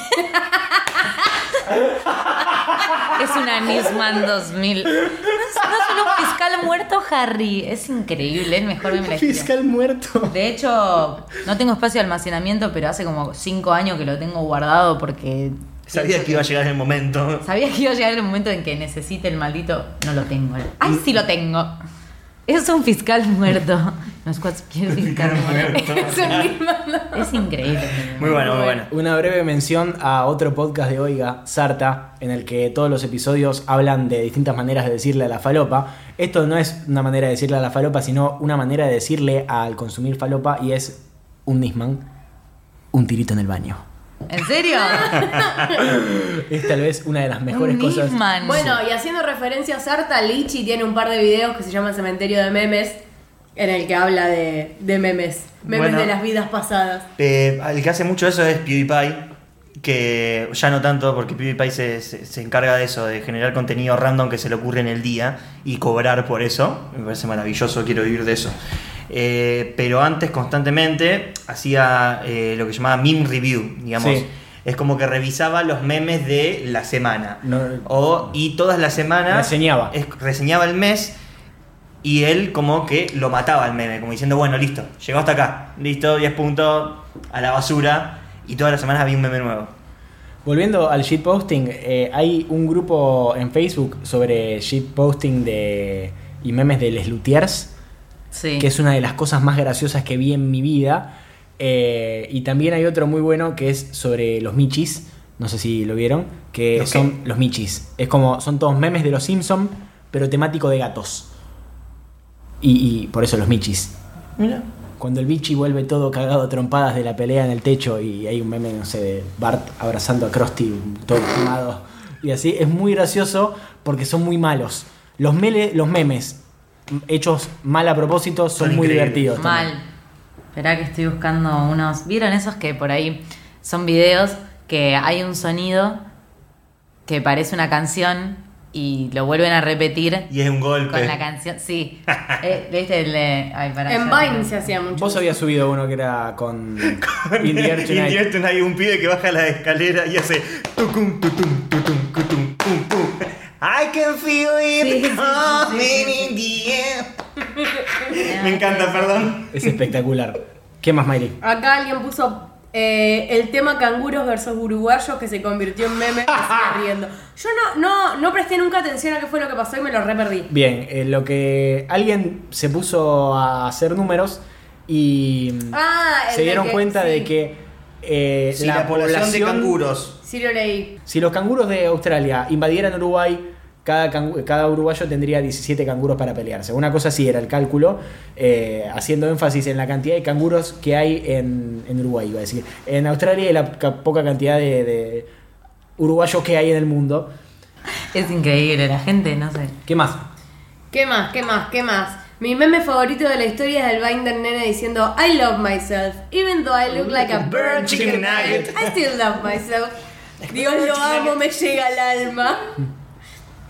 Speaker 2: es una Nisman 2000. No es, no es solo un fiscal muerto, Harry. Es increíble, es el mejor meme de la historia.
Speaker 4: Fiscal muerto.
Speaker 2: De hecho, no tengo espacio de almacenamiento, pero hace como cinco años que lo tengo guardado porque.
Speaker 6: Sabía que iba a llegar el momento.
Speaker 2: Sabía que iba a llegar el momento en que necesite el maldito. No lo tengo. ¡Ay, sí lo tengo! Es un fiscal muerto. No es cualquier fiscal muerto.
Speaker 3: Es un Nisman.
Speaker 2: Es increíble.
Speaker 6: Muy bueno, muy bueno.
Speaker 4: Una breve mención a otro podcast de Oiga, Sarta, en el que todos los episodios hablan de distintas maneras de decirle a la falopa. Esto no es una manera de decirle a la falopa, sino una manera de decirle al consumir falopa y es un Nisman, un tirito en el baño.
Speaker 2: ¿En serio?
Speaker 4: Es tal vez una de las mejores
Speaker 2: Un
Speaker 4: cosas.
Speaker 2: Nisman.
Speaker 3: Bueno, y haciendo referencia a Sarta, Lichi tiene un par de videos que se llaman Cementerio de Memes, en el que habla de, de memes, memes
Speaker 6: Bueno.
Speaker 3: de las vidas pasadas.
Speaker 6: Eh, el que hace mucho eso es PewDiePie. Que ya no tanto, porque PewDiePie se, se- se encarga de eso, de generar contenido random que se le ocurre en el día y cobrar por eso. Me parece maravilloso, quiero vivir de eso. Eh, pero antes, constantemente, hacía eh, lo que llamaba meme review, digamos.
Speaker 4: Sí.
Speaker 6: Es como que revisaba los memes de la semana.
Speaker 4: No-
Speaker 6: o, y todas las semanas.
Speaker 4: Reseñaba.
Speaker 6: es- reseñaba el mes y él como que lo mataba al meme, como diciendo, bueno, listo, llegó hasta acá, listo, 10 puntos, a la basura. Y todas las semanas había un meme nuevo.
Speaker 4: Volviendo al shitposting, eh, hay un grupo en Facebook sobre shitposting de, y memes de Les Luthiers.
Speaker 2: Sí.
Speaker 4: que es una de las cosas más graciosas que vi en mi vida. Eh, y también hay otro muy bueno que es sobre los michis. no sé si lo vieron, que
Speaker 5: ¿Los
Speaker 4: son los Michis. Es como, son todos memes de los Simpson, pero temático de gatos. Y, y por eso los Michis.
Speaker 5: Mira.
Speaker 4: Cuando el Michi vuelve todo cagado a trompadas de la pelea en el techo y hay un meme, no sé, de Bart abrazando a Krusty todo quemado. Y así, es muy gracioso porque son muy malos. Los, mele- los memes m- hechos mal a propósito son,
Speaker 5: Son
Speaker 4: muy
Speaker 5: increíbles.
Speaker 4: divertidos. también.
Speaker 2: Mal. Esperá que estoy buscando unos. ¿Vieron esos que por ahí son videos que hay un sonido que parece una canción y lo vuelven a repetir
Speaker 5: Y es un golpe.
Speaker 2: con la canción? Sí. Eh, ¿Viste el de- ay, pará,
Speaker 3: En
Speaker 2: ya-
Speaker 3: Vine se hacía mucho.
Speaker 4: Vos habías subido uno que era con Indie Air Tonight.
Speaker 5: Indirecto hay un pibe que baja la escalera y hace tucum, tucum, tucum, tucum, pum, pum. I can feel
Speaker 2: Sí, sí,
Speaker 5: it
Speaker 2: sí,
Speaker 5: coming
Speaker 2: sí, sí,
Speaker 5: in the air. Me encanta, perdón.
Speaker 4: Es espectacular. ¿Qué más, Miley?
Speaker 3: Acá alguien puso eh, el tema canguros versus uruguayos que se convirtió en meme. que sigue riendo. Yo no, no, no presté nunca atención a qué fue lo que pasó y me lo re perdí.
Speaker 4: Bien, eh, lo que alguien se puso a hacer números y
Speaker 3: Ah, el
Speaker 4: se
Speaker 3: de
Speaker 4: dieron
Speaker 3: que-
Speaker 4: cuenta de
Speaker 3: sí.
Speaker 4: que eh,
Speaker 5: Si la, población, de canguros
Speaker 3: Sí lo leí.
Speaker 4: Si los canguros de Australia invadieran Uruguay, cada, cangu- cada uruguayo tendría 17 canguros para pelearse. Una cosa así era el cálculo, eh, haciendo énfasis en la cantidad de canguros que hay en, en Uruguay, iba a decir. En Australia y la ca- poca cantidad de, de uruguayos que hay en el mundo.
Speaker 2: Es increíble, la gente, no sé.
Speaker 4: ¿Qué más?
Speaker 3: ¿Qué más? ¿Qué más? ¿Qué más? Mi meme favorito de la historia es el Binder nene diciendo I love myself, even though I look like a bird chicken nugget. I still love myself. Dios lo amo, me llega al alma.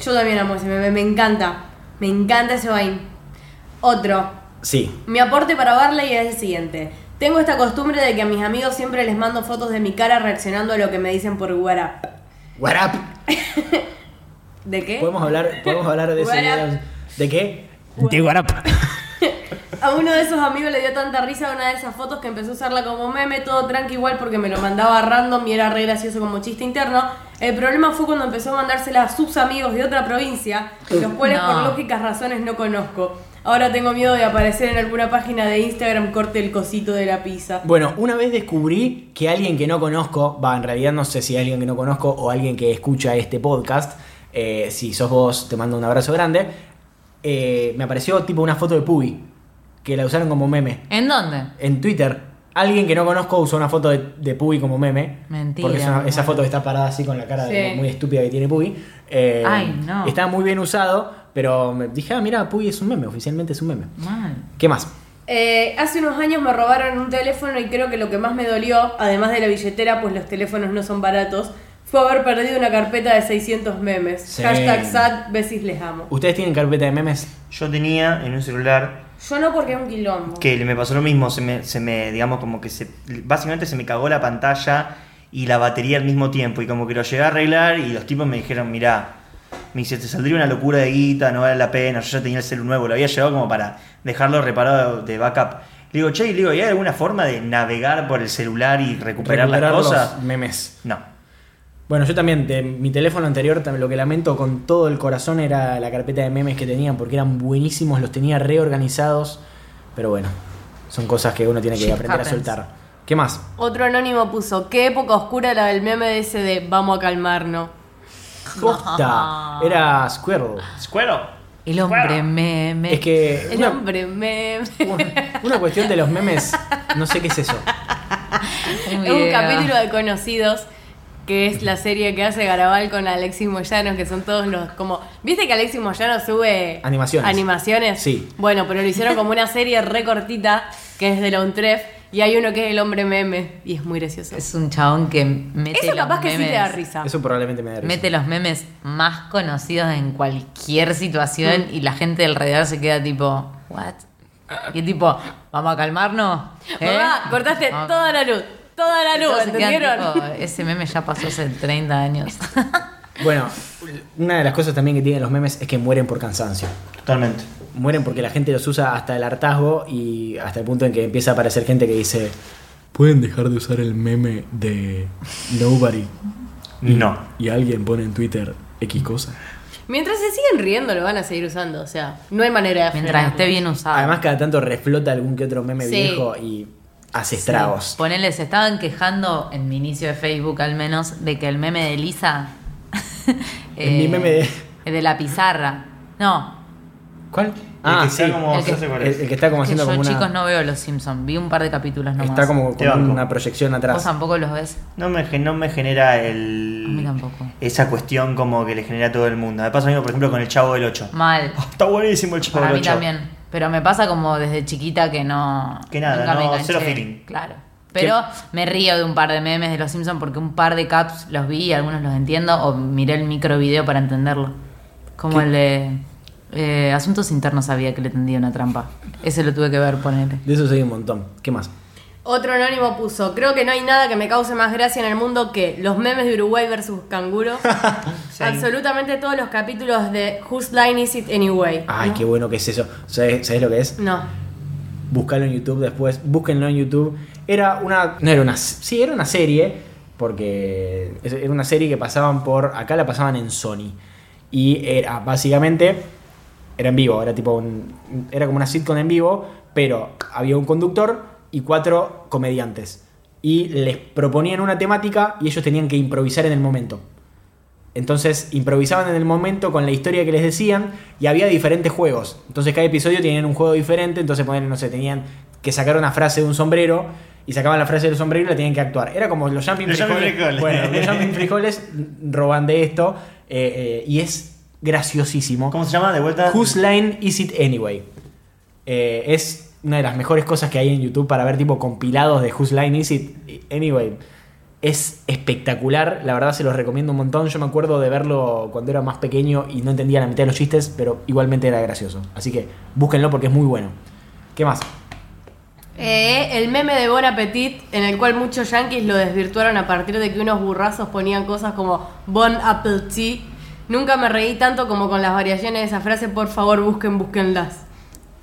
Speaker 3: Yo también amo ese meme, me encanta. Me encanta ese Vine. Otro.
Speaker 4: Sí.
Speaker 3: Mi aporte para Barley es el siguiente. Tengo esta costumbre de que a mis amigos siempre les mando fotos de mi cara reaccionando a lo que me dicen por WhatsApp.
Speaker 4: What up?
Speaker 3: ¿De qué?
Speaker 4: Podemos hablar, podemos hablar de eso.
Speaker 3: ¿Eh? What up?
Speaker 4: ¿De qué? De what up.
Speaker 3: A uno de esos amigos le dio tanta risa una de esas fotos que empezó a usarla como meme, todo tranqui igual porque me lo mandaba random y era re gracioso como chiste interno. El problema fue cuando empezó a mandársela a sus amigos de otra provincia, los cuales
Speaker 2: No.
Speaker 3: por lógicas razones no conozco. Ahora tengo miedo de aparecer en alguna página de Instagram corte el cosito de la pizza.
Speaker 4: Bueno, una vez descubrí que alguien que no conozco, va, en realidad no sé si alguien que no conozco o alguien que escucha este podcast, eh, si sos vos, te mando un abrazo grande, eh, me apareció tipo una foto de Pubi, que la usaron como meme,
Speaker 2: ¿En dónde?
Speaker 4: en Twitter. Alguien que no conozco usó una foto de, de Pubi como meme.
Speaker 2: Mentira,
Speaker 4: Porque es una-
Speaker 2: bueno.
Speaker 4: esa foto está parada así con la cara de
Speaker 3: Sí.
Speaker 4: muy estúpida que tiene Pubi. Eh,
Speaker 2: Ay, no.
Speaker 4: Está muy bien usado, pero me dije, ah, mira, Pubi es un meme, oficialmente es un meme.
Speaker 2: Mal.
Speaker 4: ¿Qué más?
Speaker 3: Eh, hace unos años me robaron un teléfono y creo que lo que más me dolió, además de la billetera, pues los teléfonos no son baratos, fue haber perdido una carpeta de 600 memes.
Speaker 4: Sí.
Speaker 3: Hashtag sad, besis les amo.
Speaker 4: ¿Ustedes tienen carpeta de memes?
Speaker 5: Yo tenía en un celular
Speaker 3: Yo no porque es un quilombo.
Speaker 5: que me pasó lo mismo, se me, se me digamos, como que se, básicamente se me cagó la pantalla y la batería al mismo tiempo. Y como que lo llegué a arreglar y los tipos me dijeron, mirá, me dice, te saldría una locura de guita, no vale la pena, yo ya tenía el celu nuevo, lo había llevado como para dejarlo reparado de backup. Le digo, che, y le digo, ¿y hay alguna forma de navegar por el celular y recuperar, las
Speaker 4: los
Speaker 5: cosas?
Speaker 4: memes.
Speaker 5: No.
Speaker 4: Bueno, yo también, de mi teléfono anterior, tam- lo que lamento con todo el corazón era la carpeta de memes que tenían, porque eran buenísimos, los tenía reorganizados, pero bueno, son cosas que uno tiene que
Speaker 2: Shit
Speaker 4: aprender a
Speaker 2: happens.
Speaker 4: soltar. ¿Qué más?
Speaker 3: Otro anónimo puso, qué época oscura la del meme de ese de vamos a calmarnos.
Speaker 4: Posta, era Squirrel.
Speaker 5: Squirrel.
Speaker 2: El hombre meme.
Speaker 4: Es que
Speaker 3: El
Speaker 4: una,
Speaker 3: hombre meme.
Speaker 4: una- una cuestión de los memes, no sé qué es eso.
Speaker 3: Es un capítulo de Conocidos, que es la serie que hace Garabal con Alexis Moyano, que son todos los como... ¿Viste que Alexis Moyano sube
Speaker 4: Animaciones.
Speaker 3: animaciones?
Speaker 4: Sí.
Speaker 3: Bueno, pero lo hicieron como una serie recortita, que es de la UNTREF, y hay uno que es el hombre meme, y es muy gracioso.
Speaker 2: Es un chabón que mete
Speaker 3: Eso capaz
Speaker 2: los
Speaker 3: que sí te da
Speaker 2: memes-
Speaker 3: risa.
Speaker 4: Eso probablemente me da risa.
Speaker 2: Mete los memes más conocidos en cualquier situación
Speaker 3: Mm.
Speaker 2: y la gente alrededor se queda tipo, ¿what? Y es tipo, ¿vamos a calmarnos? ¿Eh?
Speaker 3: Mamá, cortaste
Speaker 2: Vamos.
Speaker 3: toda la luz, toda la
Speaker 2: Y todos
Speaker 3: luz,
Speaker 2: se quedan
Speaker 3: ¿entendieron?
Speaker 2: tipo, Ese meme ya pasó hace 30 años.
Speaker 4: Bueno, una de las cosas también que tienen los memes es que mueren por cansancio.
Speaker 5: Totalmente.
Speaker 4: mueren porque la gente los usa hasta el hartazgo y hasta el punto en que empieza a aparecer gente que dice pueden dejar de usar el meme de nobody Mm.
Speaker 5: No.
Speaker 4: y alguien pone en Twitter X cosa.
Speaker 3: Mientras se siguen riendo, lo van a seguir usando, o sea, no hay manera de
Speaker 2: Mientras
Speaker 3: frenarlo.
Speaker 2: Ah. esté bien usado.
Speaker 4: Además cada tanto reflota algún que otro meme
Speaker 3: Sí.
Speaker 4: viejo y
Speaker 5: hace estragos.
Speaker 2: Ponele, se estaban quejando en mi inicio de Facebook al menos de que el meme de Lisa.
Speaker 4: El mi meme de-
Speaker 2: el de la pizarra. No,
Speaker 4: ¿Cuál?
Speaker 5: el
Speaker 4: Ah,
Speaker 5: que
Speaker 4: sí.
Speaker 5: sea como-
Speaker 2: El que-
Speaker 5: ya sé cuál
Speaker 4: El,
Speaker 5: es.
Speaker 4: el que está como
Speaker 2: Es que
Speaker 4: haciendo
Speaker 2: yo,
Speaker 4: como una.
Speaker 2: chicos, no veo los Simpsons. Vi un par de capítulos nomás.
Speaker 4: está como
Speaker 5: Te
Speaker 4: con
Speaker 5: banco.
Speaker 4: una proyección
Speaker 2: Vos
Speaker 4: atrás.
Speaker 2: tampoco los ves.
Speaker 5: No me, gen- no me genera
Speaker 2: A mí
Speaker 5: el.
Speaker 2: tampoco.
Speaker 5: Esa cuestión como que le genera a todo el mundo. Me pasa lo mismo, por ejemplo, con el Chavo del 8.
Speaker 2: Mal.
Speaker 5: Está buenísimo el Chavo
Speaker 2: Para
Speaker 5: del
Speaker 2: mí
Speaker 5: 8.
Speaker 2: también. Pero me pasa como desde chiquita que no.
Speaker 5: Que nada,
Speaker 2: nunca me
Speaker 5: no,
Speaker 2: enganché.
Speaker 5: cero feeling.
Speaker 2: Claro. Pero me río de un par de memes de los Simpsons porque un par de caps los vi y algunos los entiendo o miré el microvideo para entenderlo. Como el de. eh, Asuntos internos sabía que le tendía una trampa. Ese lo tuve que ver, ponele.
Speaker 4: De eso soy un montón. ¿Qué más?
Speaker 3: Otro anónimo puso, creo que no hay nada que me cause más gracia en el mundo que los memes de Uruguay versus canguro.
Speaker 5: Sí.
Speaker 3: Absolutamente todos los capítulos de Whose Line Is It Anyway.
Speaker 4: Ay, qué bueno que es eso. ¿Sabes, sabes lo que es?
Speaker 3: No.
Speaker 4: Buscalo en YouTube después. Búsquenlo en YouTube. Era una. No era una. Sí, era una serie. Porque es- era una serie que pasaban por. Acá la pasaban en Sony. Y era básicamente. Era en vivo. Era tipo un. Era como una sitcom en vivo. Pero había un conductor y cuatro comediantes. Y les proponían una temática y ellos tenían que improvisar en el momento. Entonces improvisaban en el momento con la historia que les decían y había diferentes juegos. Entonces cada episodio tenían un juego diferente, entonces ponían, no sé, tenían que sacar una frase de un sombrero y sacaban la frase del sombrero y la tenían que actuar. Era como los jumping
Speaker 5: Los jumping
Speaker 4: frijoles.
Speaker 5: frijoles.
Speaker 4: Bueno, los jumping frijoles roban de esto eh, eh, y es graciosísimo.
Speaker 5: ¿Cómo se llama? De vuelta.
Speaker 4: Whose Line Is It Anyway? Eh, es una de las mejores cosas que hay en YouTube para ver tipo compilados de Whose Line Is It Anyway. Es espectacular, la verdad se los recomiendo un montón. Yo me acuerdo de verlo cuando era más pequeño y no entendía la mitad de los chistes, pero igualmente era gracioso. Así que búsquenlo porque es muy bueno. ¿Qué más?
Speaker 3: Eh, el meme de Bon Appetit, en el cual muchos yankees lo desvirtuaron a partir de que unos burrazos ponían cosas como Bon Appetit. Nunca me reí tanto como con las variaciones de esa frase, por favor busquen, búsquenlas.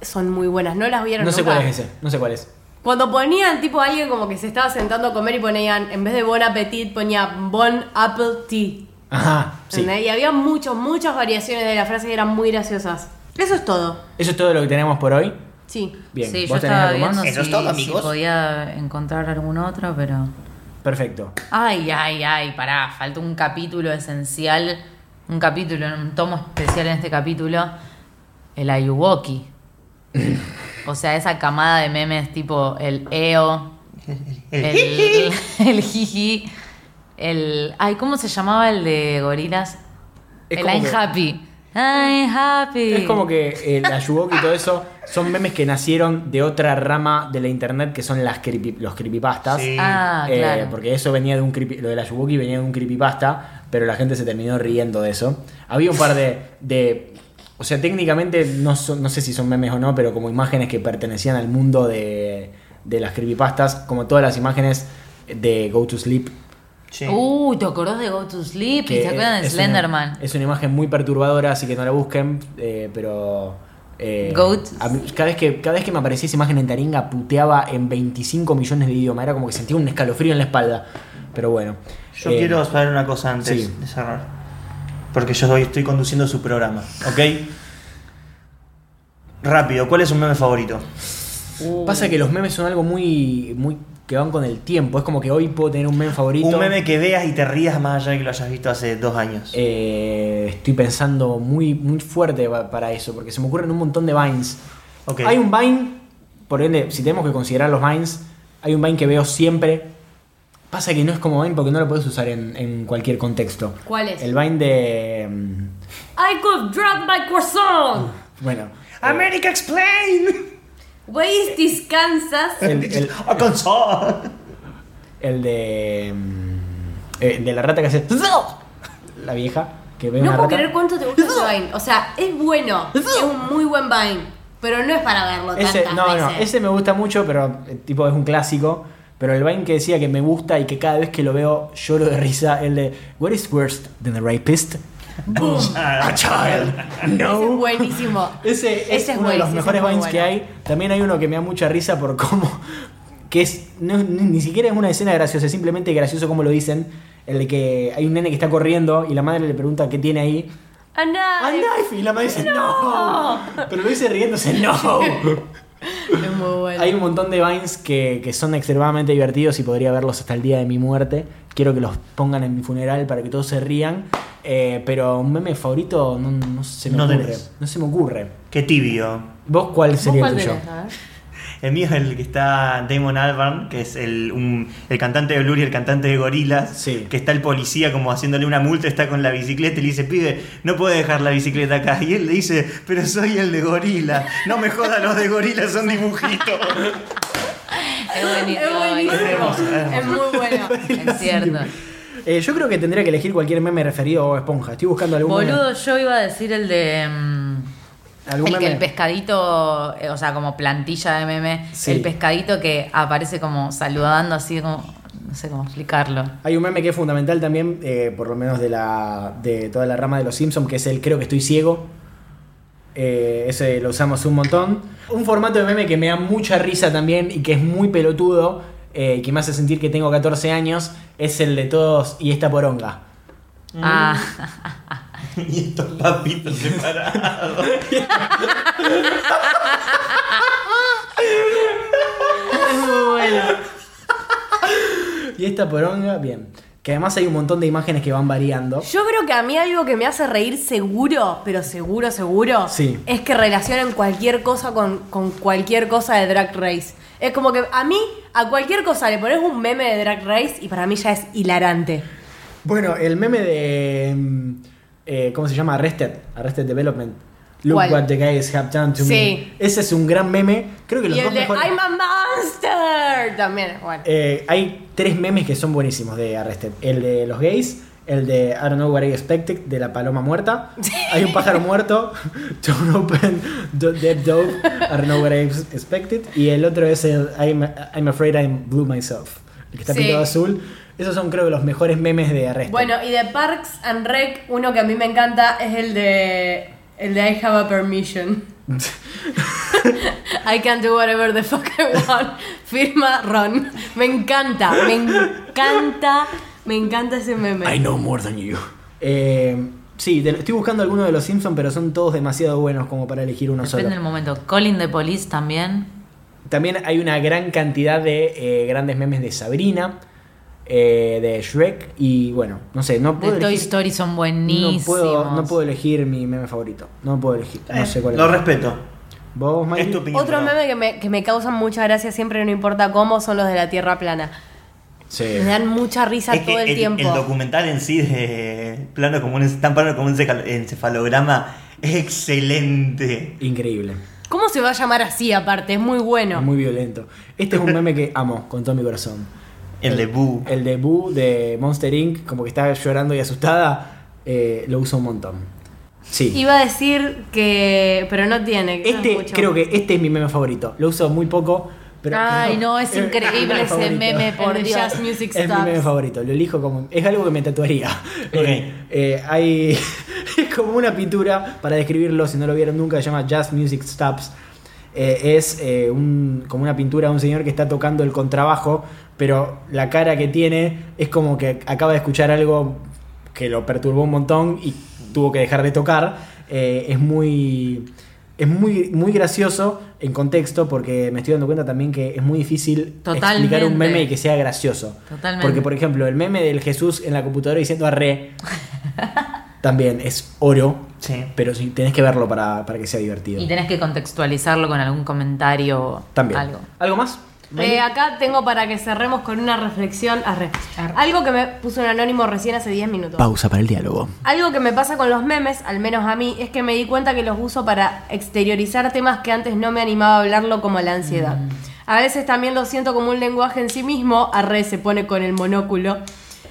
Speaker 3: Son muy buenas, ¿no las vieron
Speaker 4: No sé
Speaker 3: nunca?
Speaker 4: cuál es ese, no sé cuál es.
Speaker 3: Cuando ponían tipo a alguien como que se estaba sentando a comer y ponían, en vez de Bon Appetit, ponía Bon Apple Tea.
Speaker 4: Ajá, sí.
Speaker 3: ¿Entendés? Y había muchas, muchas variaciones de la frase que eran muy graciosas. Eso es todo.
Speaker 4: Eso es todo lo que tenemos por hoy.
Speaker 3: Sí.
Speaker 4: Bien,
Speaker 2: sí, yo
Speaker 4: ¿vos tenés
Speaker 2: estaba
Speaker 4: algo
Speaker 2: viendo
Speaker 4: más?
Speaker 2: si,
Speaker 5: Eso es todo,
Speaker 2: si
Speaker 5: amigos.
Speaker 2: podía encontrar algún otro, pero.
Speaker 4: Perfecto.
Speaker 2: Ay, ay, ay, pará, falta un capítulo esencial, un capítulo, un tomo especial en este capítulo, el Ayuwoki. O sea, esa camada de memes tipo el EO,
Speaker 5: El-
Speaker 2: el, el jiji, el... Ay, ¿cómo se llamaba el de gorilas?
Speaker 4: Es
Speaker 2: el
Speaker 4: como
Speaker 2: I'm
Speaker 4: que-
Speaker 2: happy. I'm happy.
Speaker 4: Es como que el Ayuwoki y todo eso son memes que nacieron de otra rama de la internet que son las creepy- los creepypastas.
Speaker 5: Sí.
Speaker 2: Ah,
Speaker 4: Eh,
Speaker 2: claro.
Speaker 4: Porque eso venía de un creepy, lo del Ayuwoki venía de un creepypasta, pero la gente se terminó riendo de eso. Había un par de. de- o sea, técnicamente no, son- no sé si son memes o no, pero como imágenes que pertenecían al mundo de, de las creepypastas, como todas las imágenes de Go to Sleep.
Speaker 5: Sí.
Speaker 2: Uh, ¿te acordás de Go to Sleep?
Speaker 4: que
Speaker 2: ¿Y se acuerdan de
Speaker 4: es una-
Speaker 2: Slenderman?
Speaker 4: es una imagen muy perturbadora, así que no la busquen, eh, pero... eh,
Speaker 2: Goat.
Speaker 4: a mí- cada, vez que, cada vez que me aparecía esa imagen en Taringa puteaba en 25 millones de idiomas, era como que sentía un escalofrío en la espalda. Pero bueno.
Speaker 5: Yo
Speaker 4: eh,
Speaker 5: quiero saber una cosa antes
Speaker 4: sí.
Speaker 5: de cerrar. Porque yo hoy estoy conduciendo su programa, ¿ok? Rápido, ¿cuál es su meme favorito?
Speaker 4: eh, Pasa que los memes son algo muy, muy... que van con el tiempo, es como que hoy puedo tener un meme favorito.
Speaker 5: Un meme que veas y te rías más allá de que lo hayas visto hace dos años.
Speaker 4: Eh, estoy pensando muy, muy fuerte pa- para eso, porque se me ocurren un montón de vines.
Speaker 5: Ok.
Speaker 4: Hay un vine, por ende, si tenemos que considerar los vines, hay un vine que veo siempre. Pasa que no es como vine porque no lo puedes usar en, en cualquier contexto.
Speaker 3: ¿Cuál es?
Speaker 4: El vine de. mm,
Speaker 3: I could drop my croissant.
Speaker 4: Bueno. eh,
Speaker 5: America Explain!
Speaker 3: Where is this Kansas?
Speaker 4: El, el-
Speaker 5: Arkansas.
Speaker 4: el de. mm, eh, de la rata que hace. La vieja que ve
Speaker 3: No
Speaker 4: una
Speaker 3: puedo
Speaker 4: rata.
Speaker 3: creer cuánto te gusta ese Vine. O sea, es bueno. Es un muy buen Vine. Pero no es para verlo
Speaker 4: Ese,
Speaker 3: tantas
Speaker 4: no, no,
Speaker 3: veces.
Speaker 4: ese me gusta mucho, pero eh, tipo es un clásico. Pero el Vine que decía que me gusta y que cada vez que lo veo lloro de risa, el de What is worse than a rapist?
Speaker 3: Boom.
Speaker 4: A child.
Speaker 3: Ese es
Speaker 4: No.
Speaker 3: buenísimo.
Speaker 4: Ese es
Speaker 3: Ese es
Speaker 4: uno de los
Speaker 3: buenísimo,
Speaker 4: mejores
Speaker 3: ese es
Speaker 4: Vines
Speaker 3: muy
Speaker 4: que
Speaker 3: bueno.
Speaker 4: hay. También hay uno que me da mucha risa por cómo. que es. no- ni, ni siquiera es una escena graciosa, es simplemente gracioso como lo dicen. El de que hay un nene que está corriendo y la madre le pregunta qué tiene ahí.
Speaker 3: A
Speaker 4: ¡A
Speaker 3: knife.
Speaker 4: knife! Y la madre dice no. Pero lo dice riéndose, no.
Speaker 3: Es muy bueno.
Speaker 4: Hay un montón de Vines que, que son extremadamente divertidos y podría verlos hasta el día de mi muerte. Quiero que los pongan en mi funeral para que todos se rían. Eh, pero un meme favorito no, no se me
Speaker 5: No
Speaker 4: ocurre.
Speaker 5: tenés.
Speaker 4: No se me ocurre.
Speaker 5: Qué tibio.
Speaker 4: ¿Vos cuál
Speaker 3: ¿Vos
Speaker 4: sería
Speaker 3: cuál
Speaker 4: el tuyo?
Speaker 3: tenés, a ver?
Speaker 5: El mío es el que está Damon Albarn, que es el, un- el cantante de Blur y el cantante de Gorilas.
Speaker 4: Sí.
Speaker 5: Que está el policía como haciéndole una multa, está con la bicicleta y le dice, pibe, no puede dejar la bicicleta acá. Y él le dice, pero soy el de Gorila. No me jodan, los de Gorila son dibujitos.
Speaker 2: Es buenísimo.
Speaker 3: Es buenísimo.
Speaker 5: hermoso, es
Speaker 3: Es muy bueno.
Speaker 2: Es cierto.
Speaker 4: Eh, yo creo que tendría que elegir cualquier meme referido a Bob Esponja. Estoy buscando algún meme.
Speaker 2: Boludo, yo iba a decir el de. mm,
Speaker 4: ¿Algún
Speaker 2: el, que
Speaker 4: meme?
Speaker 2: el pescadito, eh, o sea, como plantilla de meme.
Speaker 4: Sí.
Speaker 2: El pescadito que aparece como saludando así, como. No sé cómo explicarlo.
Speaker 4: Hay un meme que es fundamental también, eh, por lo menos de la de toda la rama de los Simpsons, que es el creo que estoy ciego. Eh, ese lo usamos un montón. Un formato de meme que me da mucha risa también y que es muy pelotudo, eh, y que me hace sentir que tengo 14 años, es el de todos y esta poronga.
Speaker 2: Ah,
Speaker 5: y estos papitos separados.
Speaker 2: es muy bueno.
Speaker 4: Y esta poronga, bien. Que además hay un montón de imágenes que van variando.
Speaker 3: Yo creo que a mí algo que me hace reír seguro, pero seguro, seguro,
Speaker 4: Sí.
Speaker 3: es que relacionan cualquier cosa con, con cualquier cosa de Drag Race. Es como que a mí, a cualquier cosa le pones un meme de Drag Race y para mí ya es hilarante.
Speaker 4: Bueno, el meme de. mm, eh, ¿Cómo se llama? Arrested. Arrested Development. Look
Speaker 3: ¿Cuál?
Speaker 4: what the guys have done to
Speaker 3: Sí.
Speaker 4: me. Ese es un gran meme. Creo que los
Speaker 3: Y el
Speaker 4: dos
Speaker 3: de
Speaker 4: mejores.
Speaker 3: I'm a monster también es bueno.
Speaker 4: Eh, hay tres memes que son buenísimos de Arrested: el de los gays, el de I don't know what I expected, de la paloma muerta. Hay un pájaro muerto. Don't open the dead dog. I don't know what I expected. Y el otro es el I'm, I'm afraid I'm blue myself. El que está
Speaker 3: Sí.
Speaker 4: pintado azul. Esos son, creo que, los mejores memes de Arrested.
Speaker 3: Bueno, y de Parks and Rec, uno que a mí me encanta es el de. El de I have a permission. I can do whatever the fuck I want. Firma Ron. Me encanta, me encanta, me encanta ese meme.
Speaker 4: know more than you. Eh, sí, te- estoy buscando alguno de los Simpsons, pero son todos demasiado buenos como para elegir uno
Speaker 2: Depende del
Speaker 4: solo.
Speaker 2: momento. Colin de Police también.
Speaker 4: También hay una gran cantidad de eh, grandes memes de Sabrina, eh, de Shrek y bueno, no sé, no
Speaker 2: De
Speaker 4: puedo
Speaker 2: Toy
Speaker 4: elegir-
Speaker 2: Story son
Speaker 4: no
Speaker 2: buenísimos.
Speaker 4: puedo, no puedo elegir mi meme favorito. No puedo elegir. No sé cuál
Speaker 5: Eh, Lo
Speaker 4: es.
Speaker 5: respeto.
Speaker 4: ¿Vos, Mari?
Speaker 5: Es tu opinión.
Speaker 3: Otro
Speaker 5: pero-
Speaker 3: meme que me, que me causan mucha gracia siempre, no importa cómo, son los de la Tierra plana.
Speaker 4: Sí.
Speaker 3: Me dan mucha risa
Speaker 5: Es que
Speaker 3: todo el, tiempo.
Speaker 5: documental en sí de plano como un, tan plano como un cecal- encefalograma es excelente.
Speaker 4: Increíble.
Speaker 3: ¿Cómo se va a llamar así aparte? Es muy bueno.
Speaker 4: Muy violento. Este es un meme que amo con todo mi corazón.
Speaker 5: El de Boo.
Speaker 4: El de Boo de Monster Inc., como que está llorando y asustada, eh, lo uso un montón. Sí.
Speaker 3: Iba a decir que. Pero no tiene. que no
Speaker 4: Este,
Speaker 3: escucho.
Speaker 4: creo que este es mi meme favorito. Lo uso muy poco, pero. Eh,
Speaker 2: Ay, no, es
Speaker 4: mi
Speaker 2: increíble ese
Speaker 4: favorito.
Speaker 2: meme, por
Speaker 3: El de
Speaker 2: Dios.
Speaker 3: Jazz Music
Speaker 4: Es mi meme
Speaker 3: Stars.
Speaker 4: favorito, lo elijo como. Es algo que me tatuaría. Eh, eh, hay. Es como una pintura, para describirlo, si no lo vieron nunca, se llama Jazz Music Stops. Eh, es eh, un- como una pintura de un señor que está tocando el contrabajo, pero la cara que tiene es como que acaba de escuchar algo que lo perturbó un montón y tuvo que dejar de tocar. Eh, es muy. Es muy, muy gracioso en contexto porque me estoy dando cuenta también que es muy difícil explicar
Speaker 2: Totalmente.
Speaker 4: un meme y que sea gracioso.
Speaker 2: Totalmente.
Speaker 4: Porque, por ejemplo, el meme del Jesús en la computadora diciendo arre también es oro,
Speaker 5: Sí.
Speaker 4: pero sí, tenés que verlo para, para que sea divertido.
Speaker 2: Y tenés que contextualizarlo con algún comentario o
Speaker 4: También.
Speaker 2: algo.
Speaker 4: más?
Speaker 3: Eh, acá tengo para que cerremos con una reflexión. Arre.
Speaker 2: Arre.
Speaker 3: Algo que me puso un anónimo recién hace 10 minutos.
Speaker 4: Pausa para el diálogo.
Speaker 3: Algo que me pasa con los memes, al menos a mí, es que me di cuenta que los uso para exteriorizar temas que antes no me animaba a hablarlo, como la ansiedad.
Speaker 4: Mm.
Speaker 3: A veces también lo siento como un lenguaje en sí mismo, arre se pone con el monóculo.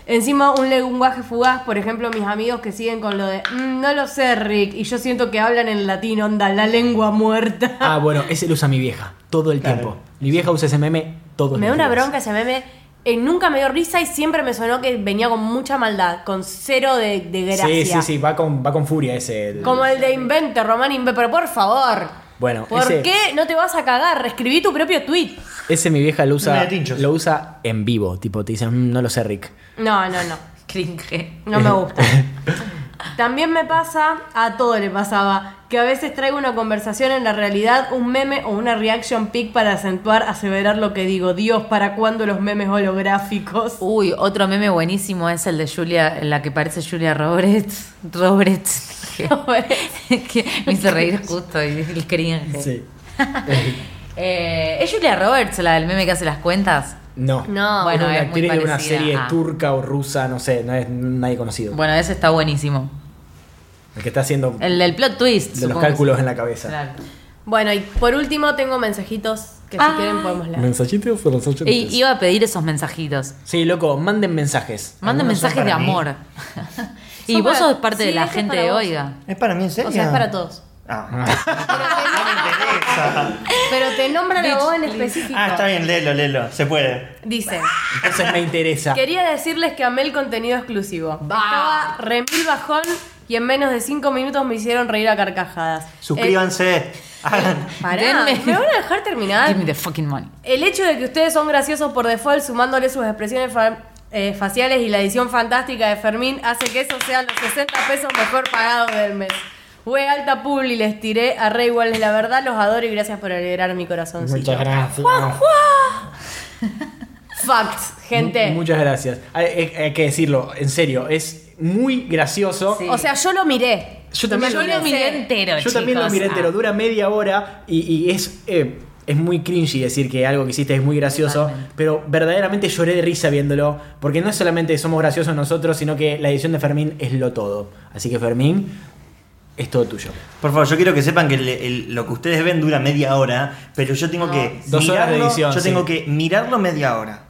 Speaker 3: Encima un lenguaje fugaz, por ejemplo, mis amigos que siguen con lo de "Mm, no lo sé, Rick, y yo siento que hablan en latín, onda, la lengua muerta.
Speaker 4: Ah, bueno, ese lo usa mi vieja todo el
Speaker 5: Claro.
Speaker 4: tiempo. Mi vieja usa ese meme todo el
Speaker 3: Me da
Speaker 4: tiempo.
Speaker 3: una bronca ese meme. Eh, nunca me dio risa y siempre me sonó que venía con mucha maldad, con cero de, de gracia.
Speaker 4: Sí, sí, sí, va con, va con furia ese. el-
Speaker 3: Como el de invento, Román Invento, pero por favor.
Speaker 4: Bueno,
Speaker 3: ¿Por
Speaker 4: ese-
Speaker 3: qué no te vas a cagar? Reescribí tu propio tweet.
Speaker 4: Ese mi vieja lo
Speaker 5: Me
Speaker 4: usa,
Speaker 5: da tinchos.
Speaker 4: lo usa en vivo. Tipo, te dicen, "Mm, no lo sé, Rick.
Speaker 3: No, no, no.
Speaker 2: Cringe.
Speaker 3: No me gusta. También me pasa, a todo le pasaba, que a veces traigo una conversación en la realidad, un meme o una reaction pic para acentuar, aseverar lo que digo. Dios, ¿para cuándo los memes holográficos?
Speaker 2: Uy, otro meme buenísimo es el de Julia, la que parece Julia Roberts. Roberts. que- que me hizo reír justo y el cringe.
Speaker 4: Sí.
Speaker 2: Eh, ¿Es Julia Roberts la del meme que hace las cuentas?
Speaker 4: No.
Speaker 2: No,
Speaker 4: Es
Speaker 2: bueno,
Speaker 4: una
Speaker 2: es muy
Speaker 4: actriz de una
Speaker 2: parecida.
Speaker 4: serie
Speaker 2: Ah.
Speaker 4: turca o rusa, no sé, no es nadie conocido.
Speaker 2: Bueno, ese está buenísimo.
Speaker 4: El que está haciendo
Speaker 2: El del plot twist.
Speaker 4: de los
Speaker 2: supongo.
Speaker 4: cálculos en la cabeza.
Speaker 2: Claro.
Speaker 3: Bueno, y por último tengo mensajitos que si
Speaker 2: Ay.
Speaker 3: quieren podemos leer.
Speaker 4: Mensajitos para los
Speaker 2: Y
Speaker 4: oyentes.
Speaker 2: iba a pedir esos mensajitos.
Speaker 4: Sí, loco, manden mensajes.
Speaker 2: Manden
Speaker 5: Algunos son
Speaker 2: mensajes de
Speaker 5: para mí.
Speaker 2: amor. y
Speaker 3: Son
Speaker 2: vos
Speaker 3: para-
Speaker 2: sos parte
Speaker 3: sí,
Speaker 2: de la
Speaker 3: ese es
Speaker 2: gente
Speaker 3: para
Speaker 2: de
Speaker 3: vos.
Speaker 2: Oiga.
Speaker 5: ¿Es para mí en serio?
Speaker 3: O sea, es para todos.
Speaker 5: Ah. no me interesa.
Speaker 3: Pero te nombran a
Speaker 2: Bitch,
Speaker 3: vos en
Speaker 2: please.
Speaker 3: específico.
Speaker 5: Ah, está bien, léelo, léelo. Se puede.
Speaker 3: Dice,
Speaker 4: Entonces me interesa.
Speaker 3: quería decirles que amé el contenido exclusivo.
Speaker 2: Va.
Speaker 3: Estaba remil bajón y en menos de 5 minutos me hicieron reír a carcajadas.
Speaker 5: Suscríbanse. Hagan.
Speaker 3: Eh, pará,
Speaker 2: Denme-
Speaker 3: ¿me van a dejar terminar?
Speaker 2: Give me the fucking money.
Speaker 3: El hecho de que ustedes son graciosos por default, sumándole sus expresiones fa- eh, faciales y la edición fantástica de Fermín, hace que eso sean los 60 pesos mejor pagados del mes. Fue alta publi, les tiré a re iguales. La verdad, los adoro y gracias por alegrar mi corazón.
Speaker 4: Muchas gracias.
Speaker 3: Facts, gente.
Speaker 4: Mu- Muchas gracias. Hay, hay- hay que decirlo, en serio, es muy gracioso.
Speaker 2: Sí.
Speaker 3: O sea, yo lo miré.
Speaker 4: Yo también
Speaker 2: Yo lo
Speaker 3: Imagínense.
Speaker 2: miré entero,
Speaker 4: Yo también lo
Speaker 2: chicos.
Speaker 4: miré entero,
Speaker 2: Ah.
Speaker 4: dura media hora y, y es, eh, es muy cringy decir que algo que hiciste es muy gracioso,
Speaker 2: Totalmente.
Speaker 4: pero verdaderamente lloré de risa viéndolo, porque no es solamente somos graciosos nosotros, sino que la edición de Fermín es lo todo. Así que Fermín, es todo tuyo.
Speaker 5: Por favor, yo quiero que sepan que el- el- lo que ustedes ven dura media hora, pero yo tengo que
Speaker 4: Dos
Speaker 5: mirarlo,
Speaker 4: horas de edición,
Speaker 5: yo tengo
Speaker 4: sí.
Speaker 5: que mirarlo media hora.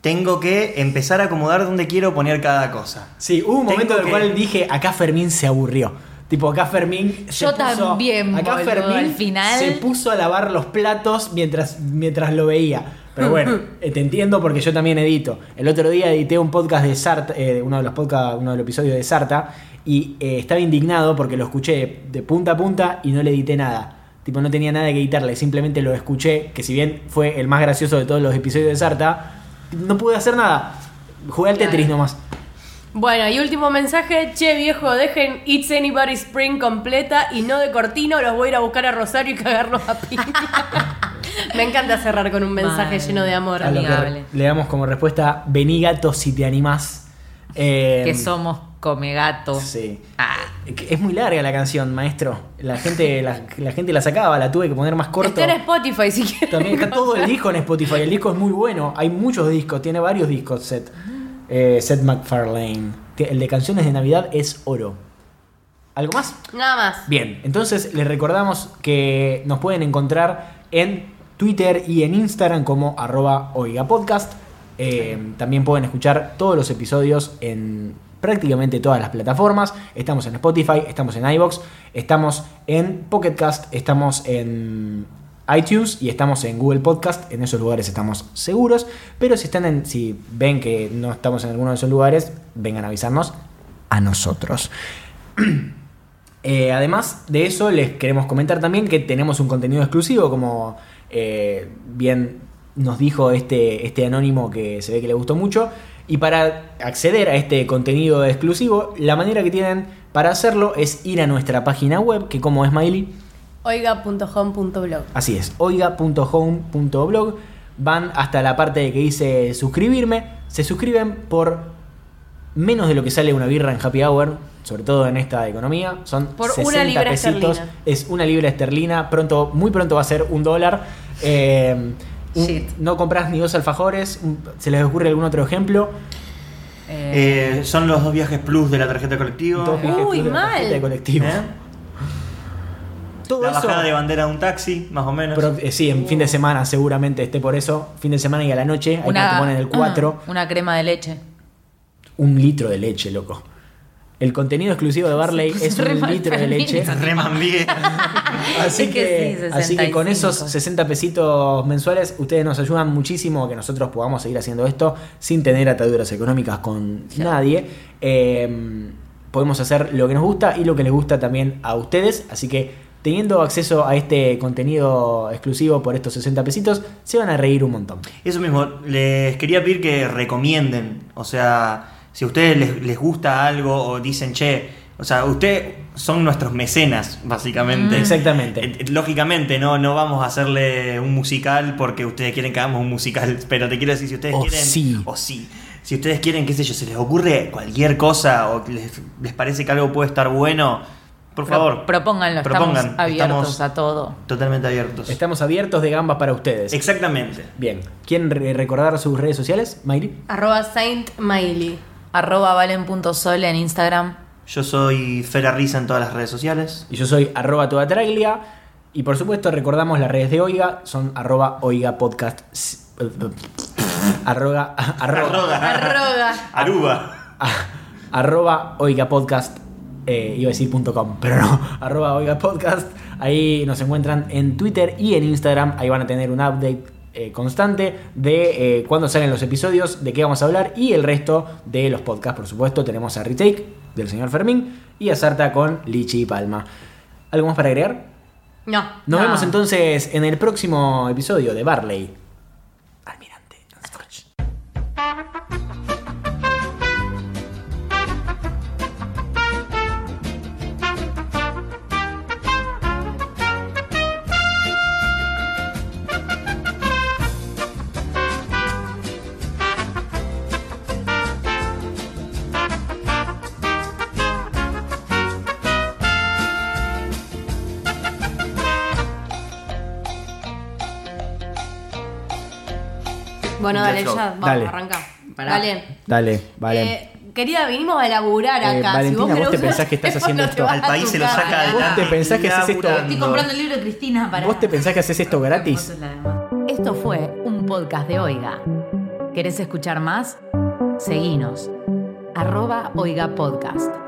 Speaker 5: Tengo que empezar a acomodar donde quiero poner cada cosa.
Speaker 4: Sí, hubo un
Speaker 5: Tengo
Speaker 4: momento del
Speaker 5: que-
Speaker 4: cual dije, acá Fermín se aburrió. Tipo, acá Fermín. se
Speaker 2: Yo también,
Speaker 4: Acá
Speaker 2: boludo,
Speaker 4: Fermín
Speaker 2: al final.
Speaker 4: se puso a lavar los platos mientras, mientras lo veía. Pero bueno, eh, te entiendo porque yo también edito. El otro día edité un podcast de Sarta, eh, uno de los podcasts, uno de los episodios de Sarta, y eh, estaba indignado porque lo escuché de punta a punta y no le edité nada. Tipo, no tenía nada que editarle, simplemente lo escuché, que si bien fue el más gracioso de todos los episodios de Sarta, no pude hacer nada. Jugué al Tetris nomás.
Speaker 3: Bueno, y último mensaje, che viejo, dejen It's Anybody Spring completa y no de cortino, los voy a ir a buscar a Rosario y cagarlos a piña. Me encanta cerrar con un mensaje
Speaker 2: Mal.
Speaker 3: lleno de amor.
Speaker 4: A lo que
Speaker 2: amigable.
Speaker 4: le damos como respuesta, vení gato si te animás. Eh,
Speaker 2: Que somos comegato.
Speaker 4: Sí.
Speaker 2: Ah.
Speaker 4: Que Es muy larga la canción, maestro. La gente la, la gente la sacaba, la tuve que poner más corto.
Speaker 3: Está en Spotify si quieres.
Speaker 4: También está todo el disco en Spotify. El disco es muy bueno. Hay muchos discos, tiene varios discos, Seth. Eh, Seth MacFarlane. Ti- El de canciones de Navidad es oro. ¿Algo más?
Speaker 3: Nada más.
Speaker 4: Bien, entonces les recordamos que nos pueden encontrar en Twitter y en Instagram como arroba oigapodcast. Eh, también pueden escuchar todos los episodios en prácticamente todas las plataformas. Estamos en Spotify, estamos en iBox, estamos en Pocket Cast, estamos en iTunes y estamos en Google Podcast, en esos lugares estamos seguros, pero si están en, si ven que no estamos en alguno de esos lugares, vengan a avisarnos a nosotros. Eh, además de eso, les queremos comentar también que tenemos un contenido exclusivo, como eh, bien nos dijo este, este anónimo que se ve que le gustó mucho. Y para acceder a este contenido exclusivo, la manera que tienen para hacerlo es ir a nuestra página web, que como es Miley,
Speaker 3: Oiga.home.blog.
Speaker 4: Así es, oiga.home.blog. Van hasta la parte de que dice suscribirme. Se suscriben por menos de lo que sale una birra en happy hour, sobre todo en esta economía. Son
Speaker 3: Por una
Speaker 4: 60
Speaker 3: libra
Speaker 4: pesitos.
Speaker 3: esterlina.
Speaker 4: Es una libra esterlina. Pronto, muy pronto va a ser un dólar. Eh, un-
Speaker 2: Shit.
Speaker 4: no compras ni dos alfajores. Un- ¿Se les ocurre algún otro ejemplo?
Speaker 2: Eh,
Speaker 5: Eh, son los dos viajes plus de la tarjeta colectiva.
Speaker 4: Dos viajes
Speaker 3: Uy,
Speaker 4: plus de la
Speaker 3: mal.
Speaker 4: tarjeta de colectivo.
Speaker 5: ¿eh?
Speaker 4: Todo
Speaker 5: La
Speaker 4: eso-
Speaker 5: bajada de bandera de un taxi, más o menos.
Speaker 4: Pro- eh, sí, en fin de semana seguramente esté por eso. Fin de semana y a la noche. Ahí cuando te ponen el 4.
Speaker 3: Ah.
Speaker 2: Ah, Una crema de leche.
Speaker 4: un litro de leche, loco. El contenido exclusivo de Barley es
Speaker 2: pues, re
Speaker 4: un
Speaker 2: mal
Speaker 4: litro de
Speaker 2: Fermín.
Speaker 4: leche.
Speaker 5: Reman bien.
Speaker 4: Así
Speaker 2: Es que
Speaker 4: que,
Speaker 2: sí,
Speaker 4: así que con
Speaker 2: 65.
Speaker 4: esos 60 pesitos mensuales, ustedes nos ayudan muchísimo a que nosotros podamos seguir haciendo esto sin tener ataduras económicas con nadie. Eh, podemos hacer lo que nos gusta y lo que les gusta también a ustedes. Así que teniendo acceso a este contenido exclusivo por estos 60 pesitos, se van a reír un montón.
Speaker 5: Eso mismo, les quería pedir que recomienden. O sea, si a ustedes les, les gusta algo o dicen, che, O sea, usted son nuestros mecenas,
Speaker 3: Mm.
Speaker 5: básicamente.
Speaker 4: Exactamente.
Speaker 5: Eh, eh, Lógicamente, no, no vamos a hacerle un musical porque ustedes quieren que hagamos un musical. Pero te quiero decir, si ustedes
Speaker 4: O
Speaker 5: quieren.
Speaker 4: sí.
Speaker 5: O sí. Si ustedes quieren, qué sé yo, se les ocurre cualquier cosa o que les, les parece que algo puede estar bueno, por
Speaker 2: Pro-
Speaker 5: favor.
Speaker 2: propónganlo,
Speaker 5: propongan.
Speaker 2: estamos abiertos
Speaker 5: Estamos
Speaker 2: a todo.
Speaker 5: Totalmente abiertos.
Speaker 4: Estamos abiertos de gambas para ustedes.
Speaker 5: Exactamente.
Speaker 4: Bien. ¿Quieren re- recordar sus redes sociales, Mayri?
Speaker 3: Arroba Saint Miley.
Speaker 2: Arroba valen.sol en Instagram.
Speaker 5: Yo soy Fera Risa en todas las redes sociales.
Speaker 4: Y yo soy arroba toda traglia. Y por supuesto recordamos las redes de Oiga, son arroba Oiga Podcast. Arroba, arroba,
Speaker 3: Arroga.
Speaker 5: Aruba.
Speaker 4: Ah, arroba Oiga Podcast. eh, iba a decir punto .com, pero no. Arroba Oiga Podcast. Ahí nos encuentran en Twitter y en Instagram. Ahí van a tener un update eh, constante de eh, cuándo salen los episodios, de qué vamos a hablar y el resto de los podcasts. Por supuesto, tenemos a Retake del señor Fermín y a Sarta con Lichi y Palma. ¿Algo más para agregar?
Speaker 3: No.
Speaker 4: Nos
Speaker 2: No.
Speaker 4: vemos entonces en el próximo episodio de Barley. Almirante. Storch.
Speaker 3: Bueno, dale, ya.
Speaker 5: Del show.
Speaker 3: Vamos,
Speaker 4: Dale.
Speaker 3: arranca.
Speaker 2: Pará.
Speaker 3: Dale.
Speaker 4: Dale, vale.
Speaker 3: Eh, querida, vinimos a laburar
Speaker 4: Eh,
Speaker 3: acá.
Speaker 4: Valentina, ¿vos
Speaker 3: querés
Speaker 4: te
Speaker 3: usar
Speaker 4: pensás que estás
Speaker 3: el
Speaker 4: haciendo
Speaker 3: teléfono, te
Speaker 4: esto?
Speaker 3: vas
Speaker 5: Al
Speaker 3: a
Speaker 5: país
Speaker 3: tu
Speaker 5: se lo saca
Speaker 3: casa.
Speaker 5: adelante.
Speaker 4: ¿Vos te pensás que haces esto?
Speaker 5: Laburando.
Speaker 2: Estoy comprando el libro de Cristina para.
Speaker 4: ¿Vos te pensás que haces esto gratis?
Speaker 2: Hermoso, la demás. Esto fue un podcast de Oiga. ¿Querés escuchar más? Seguinos. Arroba Oiga Podcast.